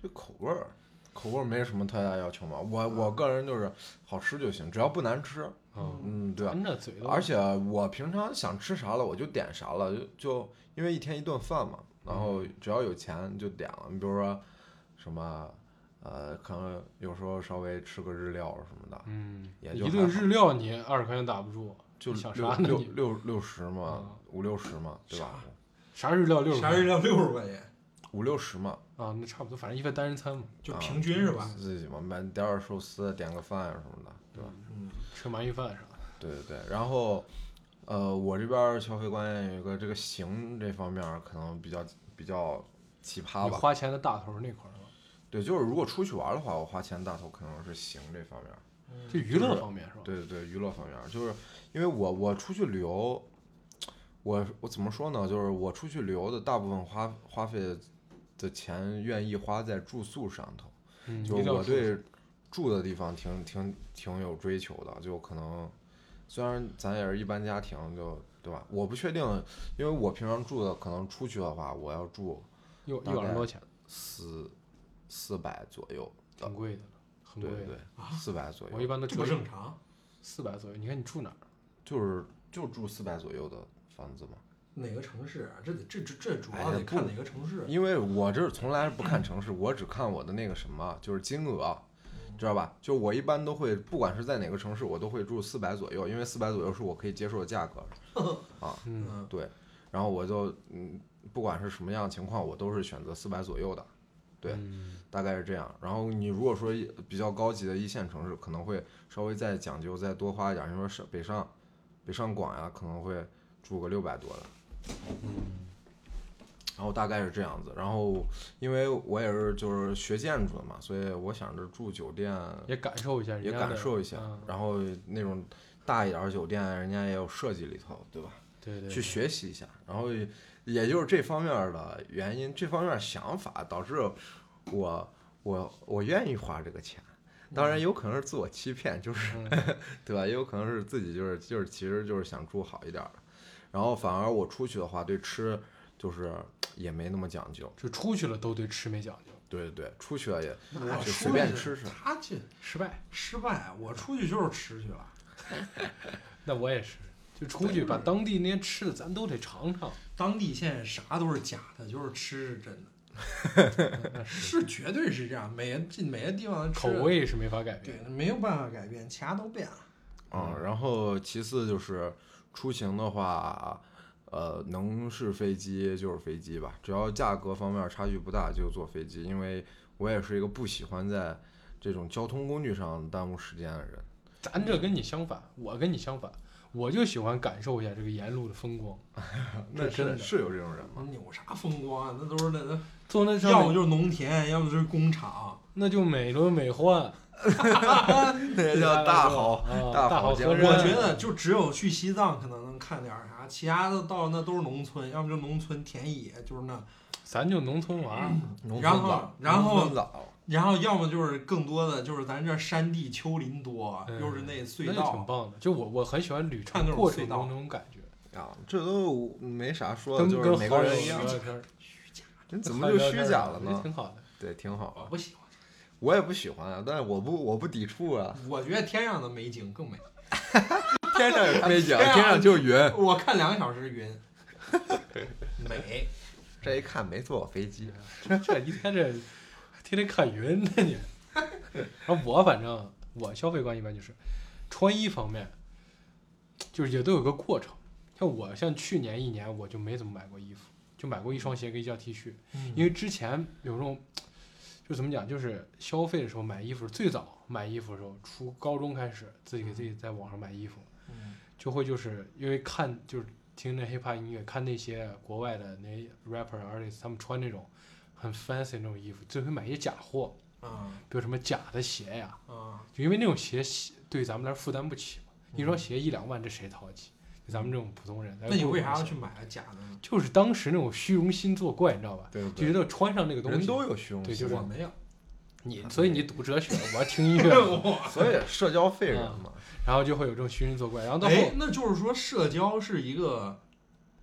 S3: 对口味儿，嗯口味儿没什么太大要求嘛。我我个人就是好吃就行，只要不难吃，
S2: 嗯，
S3: 嗯，对吧？
S2: 含着嘴都
S3: 而且我平常想吃啥了，我就点啥了，就就因为一天一顿饭嘛，然后
S2: 嗯
S3: 只要有钱就点了。你比如说什么，呃，可能有时候稍微吃个日料什么的，
S2: 嗯，
S3: 也就
S2: 一
S3: 还
S2: 顿
S3: 好
S2: 日料你二十块钱打不住，
S3: 就
S2: 想
S3: 六
S2: 啥呢
S3: 六
S2: 你
S3: 六六十嘛
S2: 嗯，
S3: 五六十嘛，对吧？
S2: 啥日料六十
S1: 啥日料六十块钱，
S3: 五六十嘛，
S2: 啊，那差不多，反正一份单人餐嘛，
S1: 就
S3: 啊
S1: 平均是吧？
S3: 自己嘛，买点点寿司，点个饭啊什么的，对吧？
S1: 嗯，
S2: 吃鳗鱼饭啥的，
S3: 对对对，然后，呃，我这边儿消费观念有一个这个行这方面儿可能比较比较奇葩
S2: 你
S3: 吧。
S2: 花钱的大头儿那块儿是吧？
S3: 对，就是如果出去玩儿的话，我花钱大头可能是行这方面儿。
S2: 嗯这娱乐方面是吧？
S3: 对对对，娱乐方面儿，就是因为我我出去旅游，我我怎么说呢？就是我出去旅游的大部分花花费的钱，愿意花在住宿上头。
S2: 嗯，
S3: 就
S2: 一定
S3: 是
S2: 要
S3: 我
S2: 注意
S3: 对住的地方挺挺挺有追求的，就可能虽然咱也是一般家庭，就对吧？我不确定，因为我平常住的可能出去的话，我要住
S2: 又
S3: 大
S2: 又二
S3: 概
S2: 十多钱，
S3: 四四百左右的
S2: 挺，贵的了，很
S3: 对
S2: 贵
S3: 对
S2: 的
S3: 对。，四百左
S2: 我一
S3: 右，
S2: 般都
S1: 这不
S2: 住
S1: 正常。
S2: 四百左右，你看你住哪儿？
S3: 就是就住四百左右的房子嘛。
S1: 哪个城市啊？这得这这这主
S3: 哎
S1: 要
S3: 呀
S1: 得看
S3: 不
S1: 哪个城市。
S3: 因为我这从来不看城市，我只看我的那个什么，就是金额，知道吧？就我一般都会，不管是在哪个城市，我都会住四百左右，因为四百左右是我可以接受的价格。 啊
S2: 嗯，
S1: 嗯，
S3: 对，然后我就嗯，不管是什么样的情况，我都是选择四百左右的，对
S2: 嗯
S3: 大概是这样。然后你如果说一比较高级的一线城市，可能会稍微再讲究，再多花一点儿。你说上北上、北上广呀，可能会住个六百多的。然后大概是这样子，然后因为我也是就是学建筑的嘛，所以我想着住酒店
S2: 也感受一下人
S3: 也
S2: 家的，
S3: 感受一下
S2: 嗯，
S3: 然后那种大一点儿的酒店，人家也有设计里头，对吧？
S2: 对对，
S3: 去
S2: 对
S3: 学习一下，然后也也就是这方面儿的原因，这方面儿想法导致我我我愿意花这个钱。当
S2: 嗯
S3: 然，有可能是自我欺骗，就是、对吧？也有可能是自己就是就是其实就是想住好一点儿的，然后反而我出去的话，对吃就是也没那么讲究。
S2: 就出去了都对吃没讲究，
S3: 对对对，出去了也
S1: 我
S3: 就
S1: 出
S3: 随便
S1: 去
S3: 吃吃。
S1: 他这
S2: 失败。
S1: 失败，啊我出去就是吃去了。
S2: 那我也是，就出去把当地那些吃的咱都得尝尝，
S1: 当地现在啥都是假的，就是吃是真 的，
S2: 那是
S1: 是绝对是这样。每个这每个地方的吃
S2: 口味是没法改
S1: 对
S2: 变。
S1: 没有办法改变，其他都变了。
S3: 嗯，然后其次就是出行的话，呃，能是飞机就是飞机吧，只要价格方面差距不大就坐飞机，因为我也是一个不喜欢在这种交通工具上耽误时间的人。
S2: 咱这跟你相反，我跟你相反，我就喜欢感受一下这个沿路的风光。这真的
S3: 是有这 种人吗？
S1: 你有啥风光啊？那都是那那，
S2: 坐那
S1: 要
S2: 上
S1: 不
S2: 面
S1: 就是农田，要不就是工厂。
S2: 那就美轮美奂，
S3: 那叫大好
S2: 啊
S3: 大
S2: 大
S3: 好
S2: 好
S3: 江
S2: 河
S3: 山
S1: 我
S2: 山
S1: 觉得就只有去西藏可能能看点儿啥，其他的到那都是农村，要不就农村田野，就是那。
S2: 咱就农村娃，
S3: 农
S1: 然
S3: 村
S1: 后
S3: 早，
S1: 然后
S3: 农村早
S1: 然后要么就是更多的就是咱这山地丘陵多，
S2: 嗯
S1: 又是那
S2: 那
S1: 隧
S2: 就挺
S1: 道，
S2: 棒的。就我我很喜欢旅
S1: 看那
S2: 程
S1: 种
S2: 过程
S1: 隧道
S2: 中那种感觉，
S3: 啊，这都没啥说的，
S2: 跟
S3: 就是每
S2: 跟
S3: 个
S2: 好友
S3: 人一样
S2: 聊，聊天儿，
S3: 你 怎么就虚假了
S2: 我觉得
S3: 呢？
S2: 挺好的。
S3: 对，挺好，啊
S1: 我不喜欢。
S3: 我也不喜欢啊，但是我不我不抵触啊，
S1: 我觉得天上的美景更美。
S3: 天上有美景，
S2: 啊
S1: 天上
S3: 天上就云，
S1: 我看两个小时云，美。
S3: 这一看没坐过飞机。啊
S2: 这一天这天天看云呢你。 然后我反正我消费观一般就是穿衣方面，就是也都有个过程。像我像去年一年我就没怎么买过衣服，就买过一双鞋跟一件 T 恤，嗯
S4: 为
S2: 因为之前有这种，就怎么讲，就是消费的时候买衣服，最早买衣服的时候，初高中开始自己给自己在网上买衣服，
S1: 嗯
S2: 就会就是因为看就是听那 hiphop 音乐，看那些国外的那些 rapper artist，他们穿那种很 fancy 那种衣服，就会买一些假货，
S1: 啊
S2: 比如什么假的鞋呀，
S1: 啊，
S2: 就因为那种鞋鞋对咱们来说负担不起嘛，一双鞋一两万，这谁掏得起？就咱们这种普通人。
S1: 嗯那你为啥要去？买啊假的呢？
S2: 就是当时那种虚荣心作怪，你知道吧？
S3: 对
S2: 就觉
S3: 对
S2: 得穿上那个
S3: 对，
S2: 东
S3: 人
S2: 西，
S3: 都有虚荣
S2: 对就，
S3: 心
S2: 是
S1: 我没有，
S2: 你所以你读哲学，我要听音 乐，
S3: 所以社交废人
S2: 啊
S3: 嘛。
S2: 然后就会有这种虚心作怪，然后到后
S1: 哎，那就是说社交是一个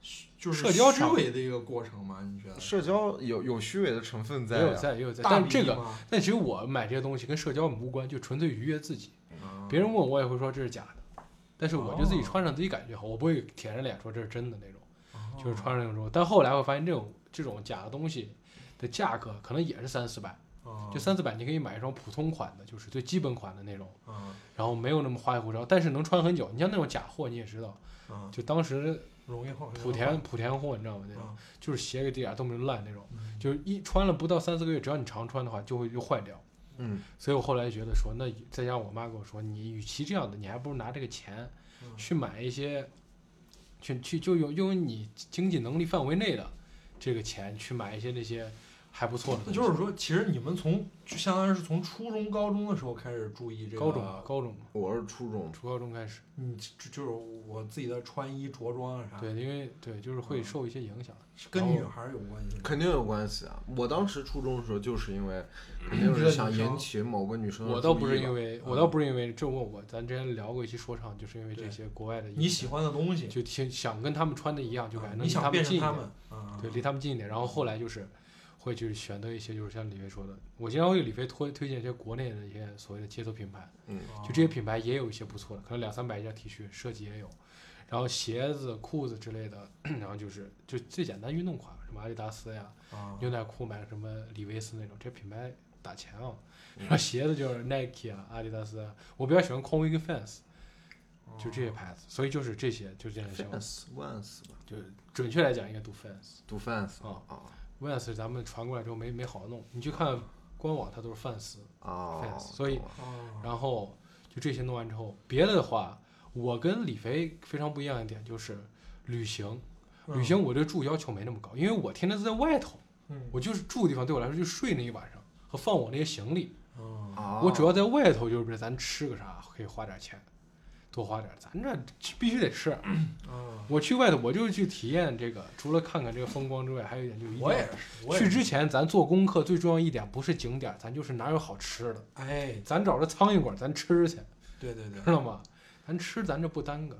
S1: 虚，就是
S2: 社交
S1: 虚
S2: 场
S1: 伪的一个过程吗？你觉得？
S3: 社交有有虚伪的成分在
S2: 也有
S3: 啊，
S2: 在也有在，
S1: 大
S2: 但
S1: 比
S2: 这
S1: 例
S2: 个
S1: 吗？
S2: 但其实我买这些东西跟社交无关，就纯粹愉悦自己。
S1: 啊
S2: 别人问我也会说这是假的，但是我就自
S1: 哦
S2: 己穿上自己感觉好，我不会舔着脸说这是真的那种，
S1: 哦
S2: 就是穿上那种。但后来我发现这种这种假的东西的价格可能也是三四百，
S1: 哦
S2: 就三四百你可以买一双普通款的，就是最基本款的那种，
S1: 啊
S2: 然后没有那么花里胡哨，但是能穿很久。你像那种假货你也知道，
S1: 啊，
S2: 就当时
S1: 容易后
S2: 莆田莆田货，你知道吗？那种、
S1: 啊
S2: 就是鞋给地下动不动烂那种，
S1: 嗯
S2: 就是一穿了不到三四个月，只要你常穿的话，就会就坏掉。
S3: 嗯，
S2: 所以我后来觉得说，那再加上我妈跟我说，你与其这样的，你还不如拿这个钱
S1: 嗯
S2: 去买一些，去去就有用于你经济能力范围内的这个钱去买一些那些还不错的
S1: 那
S2: 东西。
S1: 就是说，其实你们从就相当于是从初中、高中的时候开始注意这个
S2: 高中吧，高中吧
S3: 我是初中，
S2: 初高中开始，
S1: 你就就是我自己的穿衣着装啊啥，嗯
S2: 对，因为对就是会受一些影响。
S1: 是跟女孩儿有关系的。
S3: 肯定有关系啊。我当时初中的时候，就是因 为肯定是想引起某个女生的
S2: 我倒不是
S3: 注意吧
S2: 因为，我
S3: 嗯
S2: 倒不是因为这问我，咱之前聊过一期说唱，就是因为这
S1: 对
S2: 些国外的
S1: 你
S2: 影
S1: 喜
S2: 响
S1: 欢的东西，
S2: 就挺想跟他们穿的一样，就感
S1: 啊
S2: 觉能
S1: 你
S2: 离
S1: 想
S2: 们
S1: 变成
S2: 近一
S1: 他
S2: 点。
S1: 们啊，
S2: 对，离他们近一点。然后后来就是会去选择一些，就是像李飞说的，我经常会给李飞推推荐一些国内的一些所谓的街头品牌，
S1: 啊
S2: 就这些品牌也有一些不错的，可能两三百一件 T 恤，设计也有，然后鞋子、裤子之类的， 然后就是就最简单运动款，什么阿迪达斯呀、
S1: 啊
S2: 牛仔裤买什么李维斯那种，这品牌打钱啊。
S1: 嗯
S2: 然后鞋子就是 Nike 啊、阿迪达斯啊，我比较喜欢匡威跟 Fans，就
S1: 哦
S2: 这些牌子，所以就是这些，就这样想，
S3: fans once 吧
S2: 就是准确来讲应该读 Fans。
S3: ，do fans
S2: 啊
S3: 啊
S2: Vans 咱们传过来之后没没好弄，你去看官网它都是范斯，
S3: 啊，
S2: fans，所以
S3: 懂了
S1: 啊
S2: 然后就这些弄完之后，别的的话，我跟李飞非常不一样一点就是旅行，旅行我对住要求没那么高，因为我天天都在外头，
S1: 嗯
S2: 我就是住的地方对我来说就睡那一晚上和放我那些行李，
S1: 啊
S3: 啊，
S2: 我主要在外头就是咱吃个啥可以花点钱，多花点，咱这必须得吃。
S1: 啊，
S2: 我去外头我就去体验这个，除了看看这个风光之外，还有一点就是一定
S1: 我
S2: 要
S1: 也是，我也
S2: 去
S1: 是
S2: 之前，咱做功课最重要一点不是景点，咱就是哪有好吃的，
S1: 哎，
S2: 咱找着苍蝇馆咱吃去，
S1: 对对对
S2: 知，道吗？咱吃咱这不耽搁。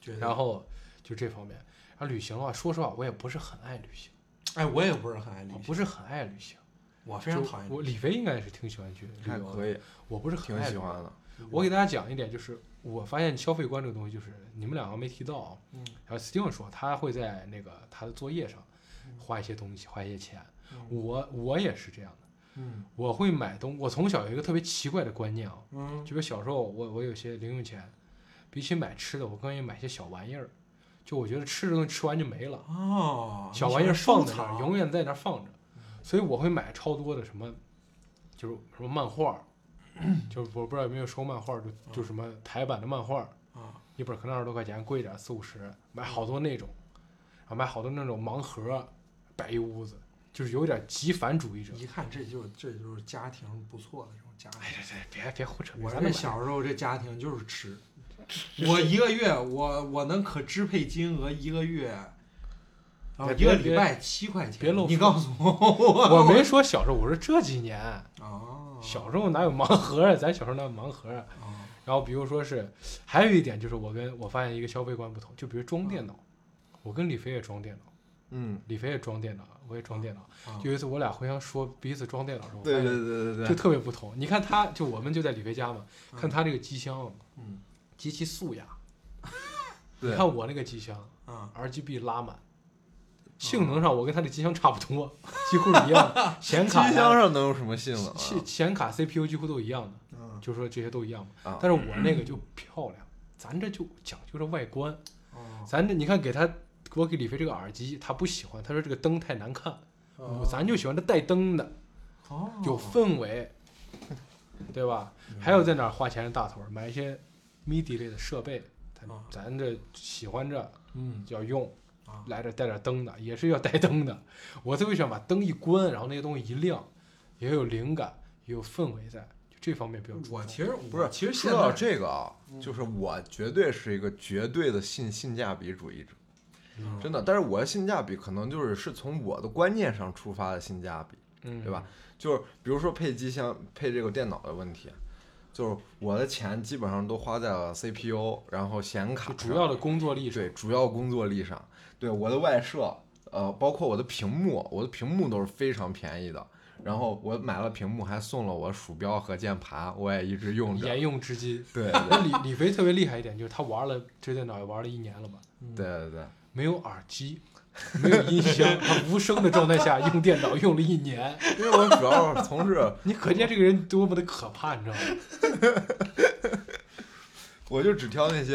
S1: 绝对
S2: 然后就这方面，然后旅行的话，说实话我也不是很爱旅行，
S1: 哎，我也不是很爱旅
S2: 我
S1: 行，
S2: 不是很爱旅行，
S1: 我非常
S2: 就
S1: 讨厌旅
S2: 我李飞应该是挺喜欢去旅
S3: 还
S2: 游的，
S3: 可以，
S2: 我不是很
S3: 挺
S2: 爱
S3: 喜
S2: 旅游
S3: 欢。的。
S1: 行。
S2: 我给大家讲一点，就是我发现消费观这个东西，就是你们两个没提到啊，
S1: 嗯
S2: 然后 Steven 说他会在那个他的作业上
S1: 嗯
S2: 花一些东西，花一些钱，
S1: 嗯
S2: 我我也是这样的。
S1: 嗯
S2: 我会买东，我从小有一个特别奇怪的观念啊，
S1: 嗯
S2: 就比如小时候我我有些零用钱，比起买吃的，我更愿意买些小玩意儿。就我觉得吃的东西吃完就没了，
S1: 哦，
S2: 小
S1: 你
S2: 玩意儿
S1: 喜欢收
S2: 放在那
S1: 藏
S2: 儿，永远在那儿放着，所以我会买超多的什么，就是什么漫画儿，就是我不知道有没有收漫画儿，就就什么台版的漫画儿，
S1: 啊
S2: 一本可能二十多块钱，贵一点四五十，买好多那种，啊，买好多那种盲盒，摆一屋子，就是有点极繁主义者。哎
S1: 一看这就这就是家庭不错的这种家庭。
S2: 别别胡扯，
S1: 我
S2: 咱
S1: 这
S2: 们
S1: 小时候这家庭就是 吃，我一个月我我能可支配金额一个月，啊
S2: 别
S1: 一个
S2: 哎别
S1: 礼拜七块钱。
S2: 别露
S1: 你
S2: 富
S1: 告诉 我，
S2: 我没说小时候，我说这几年，
S1: 啊，
S2: 小时候哪有盲盒啊？咱小时候哪有盲盒啊？
S1: 啊
S2: 然后比如说是，还有一点就是我跟我发现一个消费观不同，就比如装电脑，我跟李飞也装电脑，
S3: 嗯，
S2: 李飞也装电脑，我也装电脑。
S1: 啊
S2: 就有一次我俩互相说彼此装电脑的时候，我
S3: 对
S2: 发
S3: 嗯对
S2: 现
S3: 对对
S2: 就
S3: 对，
S2: 特别不同。你看他就我们就在李飞家嘛，
S1: 嗯
S2: 看他这个机箱啊
S1: 嗯
S2: 极其素雅，
S3: 对
S2: 你看我那个机箱
S1: 啊
S2: RGB 拉满。
S3: 嗯
S2: 性能上我跟他的机箱差不多，几乎是一样的，显卡呀
S3: 机箱上能有什么性能啊？
S2: 显显卡 CPU 几乎都一样的，
S1: 啊
S2: 就说这些都一样嘛。
S3: 啊
S2: 但是我那个就漂亮，咱这就讲究着外观，
S1: 啊哦
S2: 咱这你看给他，我给李飞这个耳机，他不喜欢，他说这个灯太难看，
S1: 啊
S2: 我
S4: 哦
S2: 咱就喜欢这带灯的，
S1: 哦，
S2: 有氛围， 对吧？还有在哪儿花钱的大头儿，买一些 MIDI 类的设备，咱
S4: 啊
S2: 咱这喜欢这
S4: 嗯
S2: 要用
S1: 啊，
S2: 来这带点灯的，也是要带灯的。我特别喜欢把灯一关，然后那些东西一亮，也有灵感，也有氛围在，就这方面比较注重。
S1: 我其实
S3: 不是
S1: 其实
S3: 说
S1: 现
S3: 到
S1: 在嗯
S3: 这个啊，就是我绝对是一个绝对的性性价比主义者，
S1: 嗯
S3: 真的。但是我的性价比可能就是是从我的观念上出发的性价比，
S2: 嗯，
S3: 对吧？？就是比如说配机箱、配这个电脑的问题，就是我的钱基本上都花在了 CPU，然后显卡
S2: 就
S3: 上，
S2: 主要的工作力是
S3: 对主要工作力上，对我的外设，呃，包括我的屏幕，我的屏幕都是非常便宜的。然后我买了屏幕，还送了我鼠标和键盘，我也一直用着。
S2: 沿用至今。
S3: 对
S2: 那李李飞特别厉害一点，就是他玩了这电脑也玩了一年了吧，
S3: 对对对，
S2: 没有耳机，没有音 箱，他无声的状态下用电脑用了一年，
S3: 因为我主要是从事，
S2: 你可见这个人多么的可怕，你知道吗？
S3: 我就只挑那些，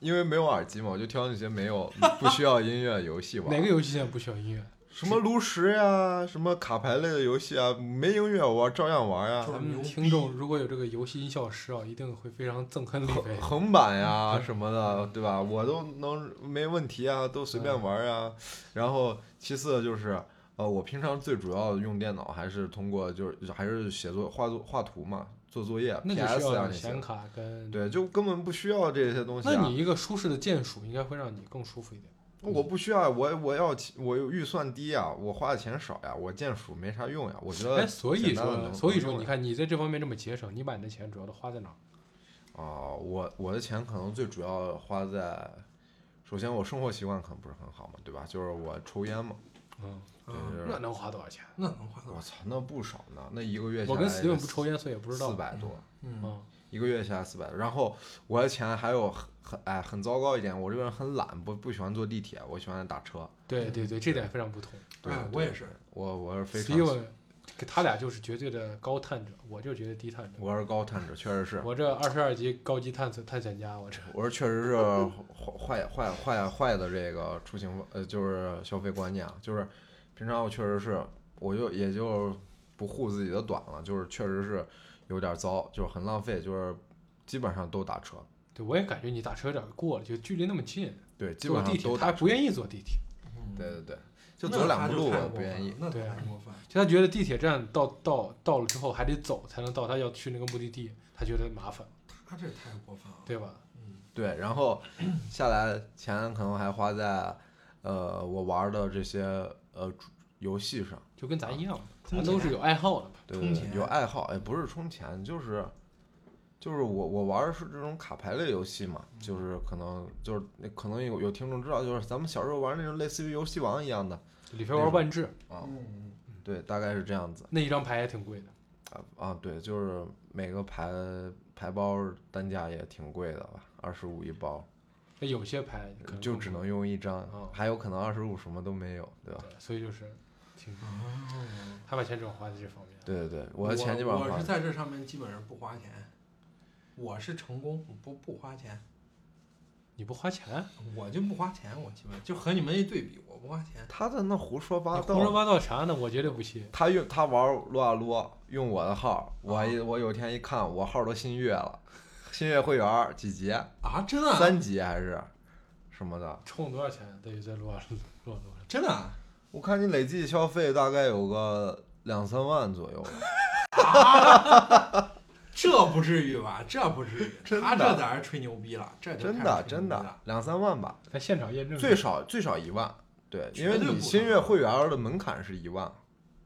S3: 因为没有耳机嘛，我就挑那些没有不需要音乐游戏玩。
S2: 哪个游戏现在不需要音乐？
S3: 什么炉石呀，什么卡牌类的游戏啊，没音乐我照样玩呀。
S2: 咱们听众如果有这个游戏音效师啊，一定会非常憎恨李
S3: 横
S2: 飞。
S3: 横版呀什么的，
S2: 嗯
S3: 对吧？我都能没问题啊，都随便玩啊。然后其次就是，呃，我平常最主要用电脑还是通过就是还是写作画作画图嘛，做作业
S2: 那就需
S3: PS 啊
S2: 要
S3: 那些
S2: 显。卡跟。啊
S3: 对，就根本不需要这些东西、啊。
S2: 那你一个舒适的键鼠应该会让你更舒服一点。
S3: 我不需要，我我要钱我预算低呀，我花的钱少呀，我键鼠没啥用呀，我觉得
S2: 哎，所以
S3: 呃简单的
S2: 说，
S3: 能
S2: 所以
S3: 能
S2: 说，
S3: 用
S2: 你
S3: 呀
S2: 看你在这方面这么节省，你把你的钱主要都花在哪儿？
S3: 啊、我我的钱可能最主要花在，首先我生活习惯可能不是很好嘛，对吧？就是我抽烟嘛，
S2: 嗯，
S3: 就
S1: 啊
S3: 是
S2: 那能花多少钱？
S1: 那能花多
S3: 我
S1: 少？
S3: 操，那不少呢，那一个月下
S2: 我
S3: 来
S2: 跟 Steven 不抽烟，所以也不知道
S3: 四。百多，
S1: 嗯，
S2: 嗯，
S3: 一个月下来四百，然后我的钱还有很很哎很糟糕一点，我这个人很懒，不不喜欢坐地铁，我喜欢打车。
S2: 对对对，这点非常不同。
S3: 对
S1: 哎，我
S3: 对
S1: 也是，
S3: 我我是非常喜，
S2: Steven，他俩就是绝对的高碳者，我就是绝对低碳者。
S3: 我是高碳者，确实是。
S2: 我这二十二级高级探索探险家，我这
S3: 我说确实是坏坏坏坏坏的这个出行呃，就是消费观念啊，就是平常我确实是，我就也就不护自己的短了，就是确实是有点糟，就是很浪费，就是基本上都打车，
S2: 对我也感觉你打车有点过了，就距离那么近，
S3: 对，基
S2: 坐
S3: 本上
S2: 地铁
S3: 都
S2: 他还
S3: 打车，
S2: 不愿意坐地铁，
S3: 对对对，就
S1: 嗯那
S3: 走两
S1: 他
S3: 步
S1: 就
S3: 路
S1: 太过
S3: 我不愿
S1: 分
S3: 意
S1: 了，那
S2: 对啊
S1: 太过分了。
S2: 就他觉得地铁站到到到了之后还得走才能到他要去那个目的地，他觉得麻烦，
S1: 他这太过分了。
S2: 对吧？
S1: 嗯，
S3: 对，然后下来钱可能还花在呃我玩的这些呃主游戏上，
S2: 就跟咱一样，
S1: 充
S2: 咱都是
S1: 钱
S2: 有爱好的嘛。
S3: 对
S1: 充
S3: 对对，
S1: 钱
S3: 有爱好，也不是充钱，就是就是我我玩的是这种卡牌类游戏嘛，就是可能就是那可能有有听众知道，就是咱们小时候玩那种类似于游戏王一样的
S2: 李飞玩万智
S3: 啊，
S1: 嗯，
S3: 对，大概是这样子
S2: 那一张牌也挺贵的，
S3: 啊啊，对，就是每个牌牌包单价也挺贵的吧，二十五一包，
S2: 那有些牌可能
S3: 就
S2: 更
S3: 只
S2: 贵
S3: 能用一张
S1: 啊
S2: 哦，
S3: 还有可能二十五什么都没有，对吧？
S2: 对，所以就是挺
S1: 哦，
S2: 他把钱主要花在这方面。
S3: 对对对，我的钱基本上
S1: 我
S3: 花
S1: 是在这上面基本上不花钱，我是成功不不花钱，
S2: 你不花钱，
S1: 我就不花钱，我基本就和你们一对比，我不花钱。
S3: 他在那胡说八
S2: 你
S3: 道
S2: 胡说八道啥呢？我绝对不信。
S3: 他用他玩撸啊撸用我的号，
S1: 啊
S3: 我一我有一天一看，我号都新月了，新月会员儿几级？
S1: 啊，真的啊，
S3: 三级还是什么的？
S2: 充多少钱？等于在撸啊撸撸啊撸上。
S1: 真的啊，
S3: 我看你累计消费大概有个两三万左右吧。
S1: 这不至于吧？这不至于，
S3: 真的
S1: 他这在这吹牛逼了，这就
S3: 真
S1: 开
S3: 的
S1: 始吹牛
S3: 真
S1: 逼
S3: 的
S1: 了，
S3: 两三万吧，
S2: 咱现场验证。
S3: 最少最少一万，对，因为
S1: 绝对
S3: 你
S1: 不
S3: 新
S1: 可
S3: 月
S1: 能
S3: 会员儿的门槛是一万，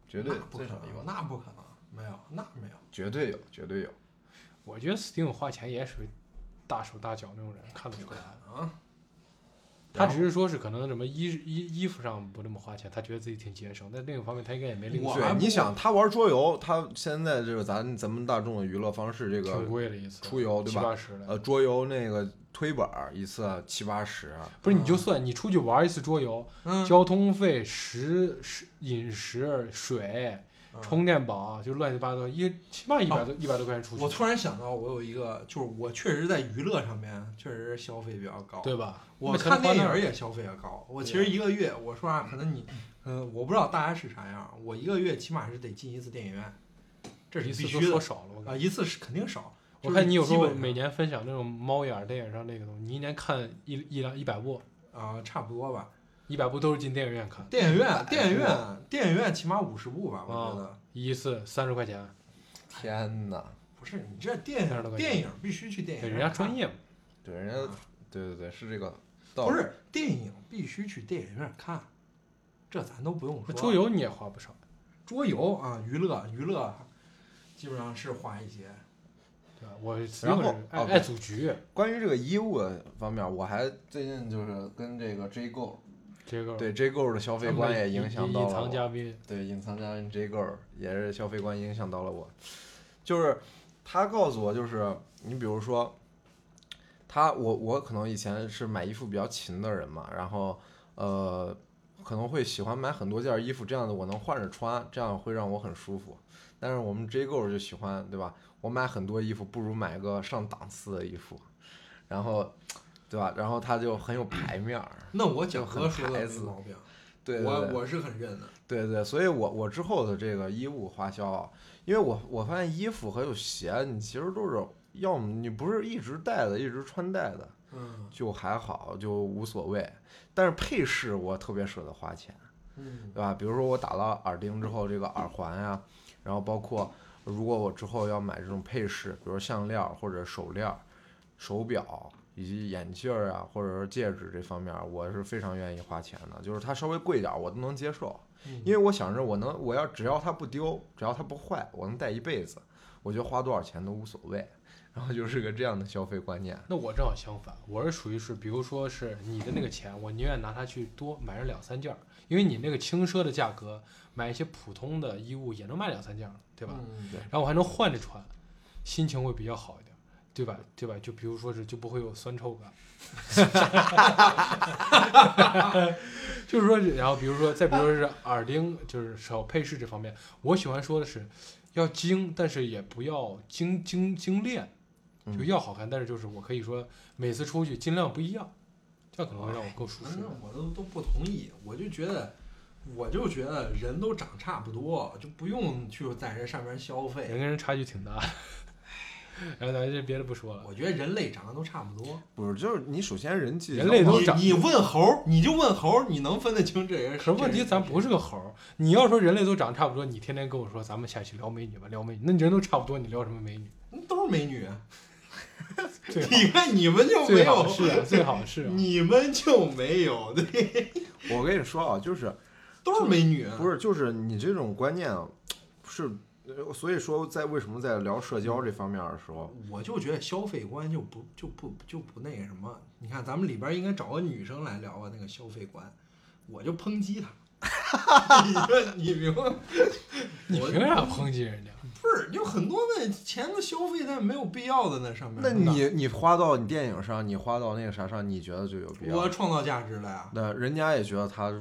S3: 绝对
S1: 那不
S3: 最
S1: 可
S3: 少一
S1: 能，
S3: 万，
S1: 那不可能，没有，那没有。
S3: 绝对有，绝对有。
S2: 我觉得 Steam 花钱也属于大手大脚那种人，看得出来。
S1: 啊，
S2: 他只是说是可能什么衣衣衣服上不那么花钱，他觉得自己挺节省，但另一方面他应该也没零
S1: 我
S2: 碎，
S3: 对，
S1: 还
S3: 你
S1: 不
S3: 想他玩桌游，他现在这个咱咱们大众的娱乐方式，这个
S2: 挺贵的一次，
S3: 出游对吧
S2: 七八十的。
S3: 呃，桌游那个推本儿一次七八十，
S2: 不是，你就算你出去玩一次桌游，
S1: 嗯，
S2: 交通费、食食饮食、水，
S3: 嗯
S2: 充电宝啊，就乱七八糟，一起码一百
S3: 哦
S2: 多一百多块钱出去，
S1: 我突然想到，我有一个，就是我确实在娱乐上面确实消费比较高。
S2: 对吧？
S1: 我
S2: 那钱
S1: 看电
S2: 花
S1: 影
S2: 那儿
S1: 儿也消费也高。我其实一个月，我说啊，可能你，嗯，我不知道大家是啥样，我一个月起码是得进一次电影院，这是
S2: 一次
S1: 必
S2: 都
S1: 须
S2: 说
S1: 的
S2: 少了，我感觉。
S1: 啊，一次是肯定少。
S2: 我看你有时
S1: 就
S2: 候
S1: 是基本上
S2: 每年分享那种猫眼儿电影上那个东西，你一年看一一两一百部，
S1: 啊、差不多吧。
S2: 一百部都是进电影院看，
S1: 电影
S3: 100
S1: 院，电影院，电影院起码五十部吧，我
S2: 啊
S1: 觉得。
S2: 一次三十块钱，
S3: 天哪，
S1: 不是你这电
S2: 30
S1: 影，
S2: 多块钱
S1: 电影必须去电影
S2: 对，
S1: 院
S2: 人家
S1: 看啊
S2: 专业嘛。
S3: 对人家，对对对，是这个道
S1: 嗯不
S3: 理。
S1: 是电影必须去电影院看，这咱都不用
S2: 那
S1: 说。
S2: 桌游你也花不少，
S1: 桌游啊，娱乐娱乐，基本上是花一些。
S2: 对吧？我
S3: 然后
S2: 爱
S3: 哦对
S2: 爱组局，
S3: 关于这个衣物的方面，我还最近就是跟这个 J Go
S2: 这
S1: 嗯
S2: 个
S3: 对 J Go 的消费观也影响到
S2: 隐
S3: 了
S2: 藏
S3: 我
S2: 嘉宾，
S3: 对，隐藏家人 J girl 也是消费观影响到了我，就是他告诉我，就是你比如说，他我我可能以前是买衣服比较勤的人嘛，然后呃可能会喜欢买很多件衣服，这样的我能换着穿，这样会让我很舒服。但是我们 J girl 就喜欢，对吧？我买很多衣服，不如买个上档次的衣服，然后对吧？然后他就很有排面儿，
S1: 那我讲
S3: 就
S1: 哥
S3: 很
S1: 说的
S3: 孩
S1: 没
S3: 子
S1: 毛病，
S3: 对对对
S1: 我我是很认的。
S3: 对对，所以我我之后的这个衣物花销啊，因为我我发现衣服还有鞋，你其实都是要么你不是一直戴的，一直穿戴的，
S1: 嗯
S3: 就还好，就无所谓。但是配饰我特别舍得花钱，
S1: 嗯
S3: 对吧？比如说我打了耳钉之后，这个耳环呀、然后包括如果我之后要买这种配饰，比如项链儿或者手链儿、手表以及眼镜儿啊，或者是戒指这方面儿，我是非常愿意花钱的，就是它稍微贵一点儿我都能接受。
S1: 嗯，
S3: 因为我想着我能，我要只要它不丢，只要它不坏，我能戴一辈子，我觉得花多少钱都无所谓。然后就是个这样的消费观念，
S2: 那我正好相反，我是属于是，比如说是你的那个钱，我宁愿拿它去多买上两三件儿，因为你那个轻奢的价格，买一些普通的衣物也能买两三件儿，对吧？
S1: 嗯
S3: 对
S2: 然后我还能换着穿，心情会比较好一点，对吧？对吧？就比如说是就不会有酸臭感， 就是说，然后比如说再比如说是耳钉，就是手配饰这方面，我喜欢说的是要精，但是也不要精精精炼，
S3: 嗯
S2: 就要好看，但是就是我可以说每次出去尽量不一样，这样可能会让我更舒适
S1: 反。正我都都不同意，我就觉得，我就觉得人都长差不多，就不用去在这上面消费。
S2: 人跟人差距挺大， 然后咱这别的不说了。
S1: 我觉得人类长得都差不多。
S3: 不是就是你首先人际
S2: 人类这都
S1: 你
S2: 长
S1: 你问猴儿，你就问猴儿，你能分得清这人？
S2: 可是问题，咱不是个猴儿。你要说人类都长差不多，你天天跟我说咱们下去聊美女吧，聊美女，那你人都差不多，你聊什么美女？
S1: 都是美女。啊
S2: 最好
S1: 你看你们就没
S2: 最好
S1: 有，
S2: 是啊，最好是啊。
S1: 你们就没有，对，
S3: 我跟你说啊，就是
S1: 都是美
S2: 嗯
S1: 女。啊
S3: 不是就是你这种观念啊，是呃所以说在为什么在聊社交这方面的时候，
S1: 我就觉得消费观就不就不就不那个什么，你看咱们里边儿应该找个女生来聊啊，那个消费观，我就抨击她。 你说你明白吗？
S2: 你
S1: 我
S2: 凭啥抨击人家？
S1: 不是有很多那钱的消费，但没有必要的那上面。
S3: 那你你花到你电影上，你花到那个啥上，你觉得就有必
S1: 我
S3: 要？
S1: 创造价值了呀？
S3: 那人家也觉得他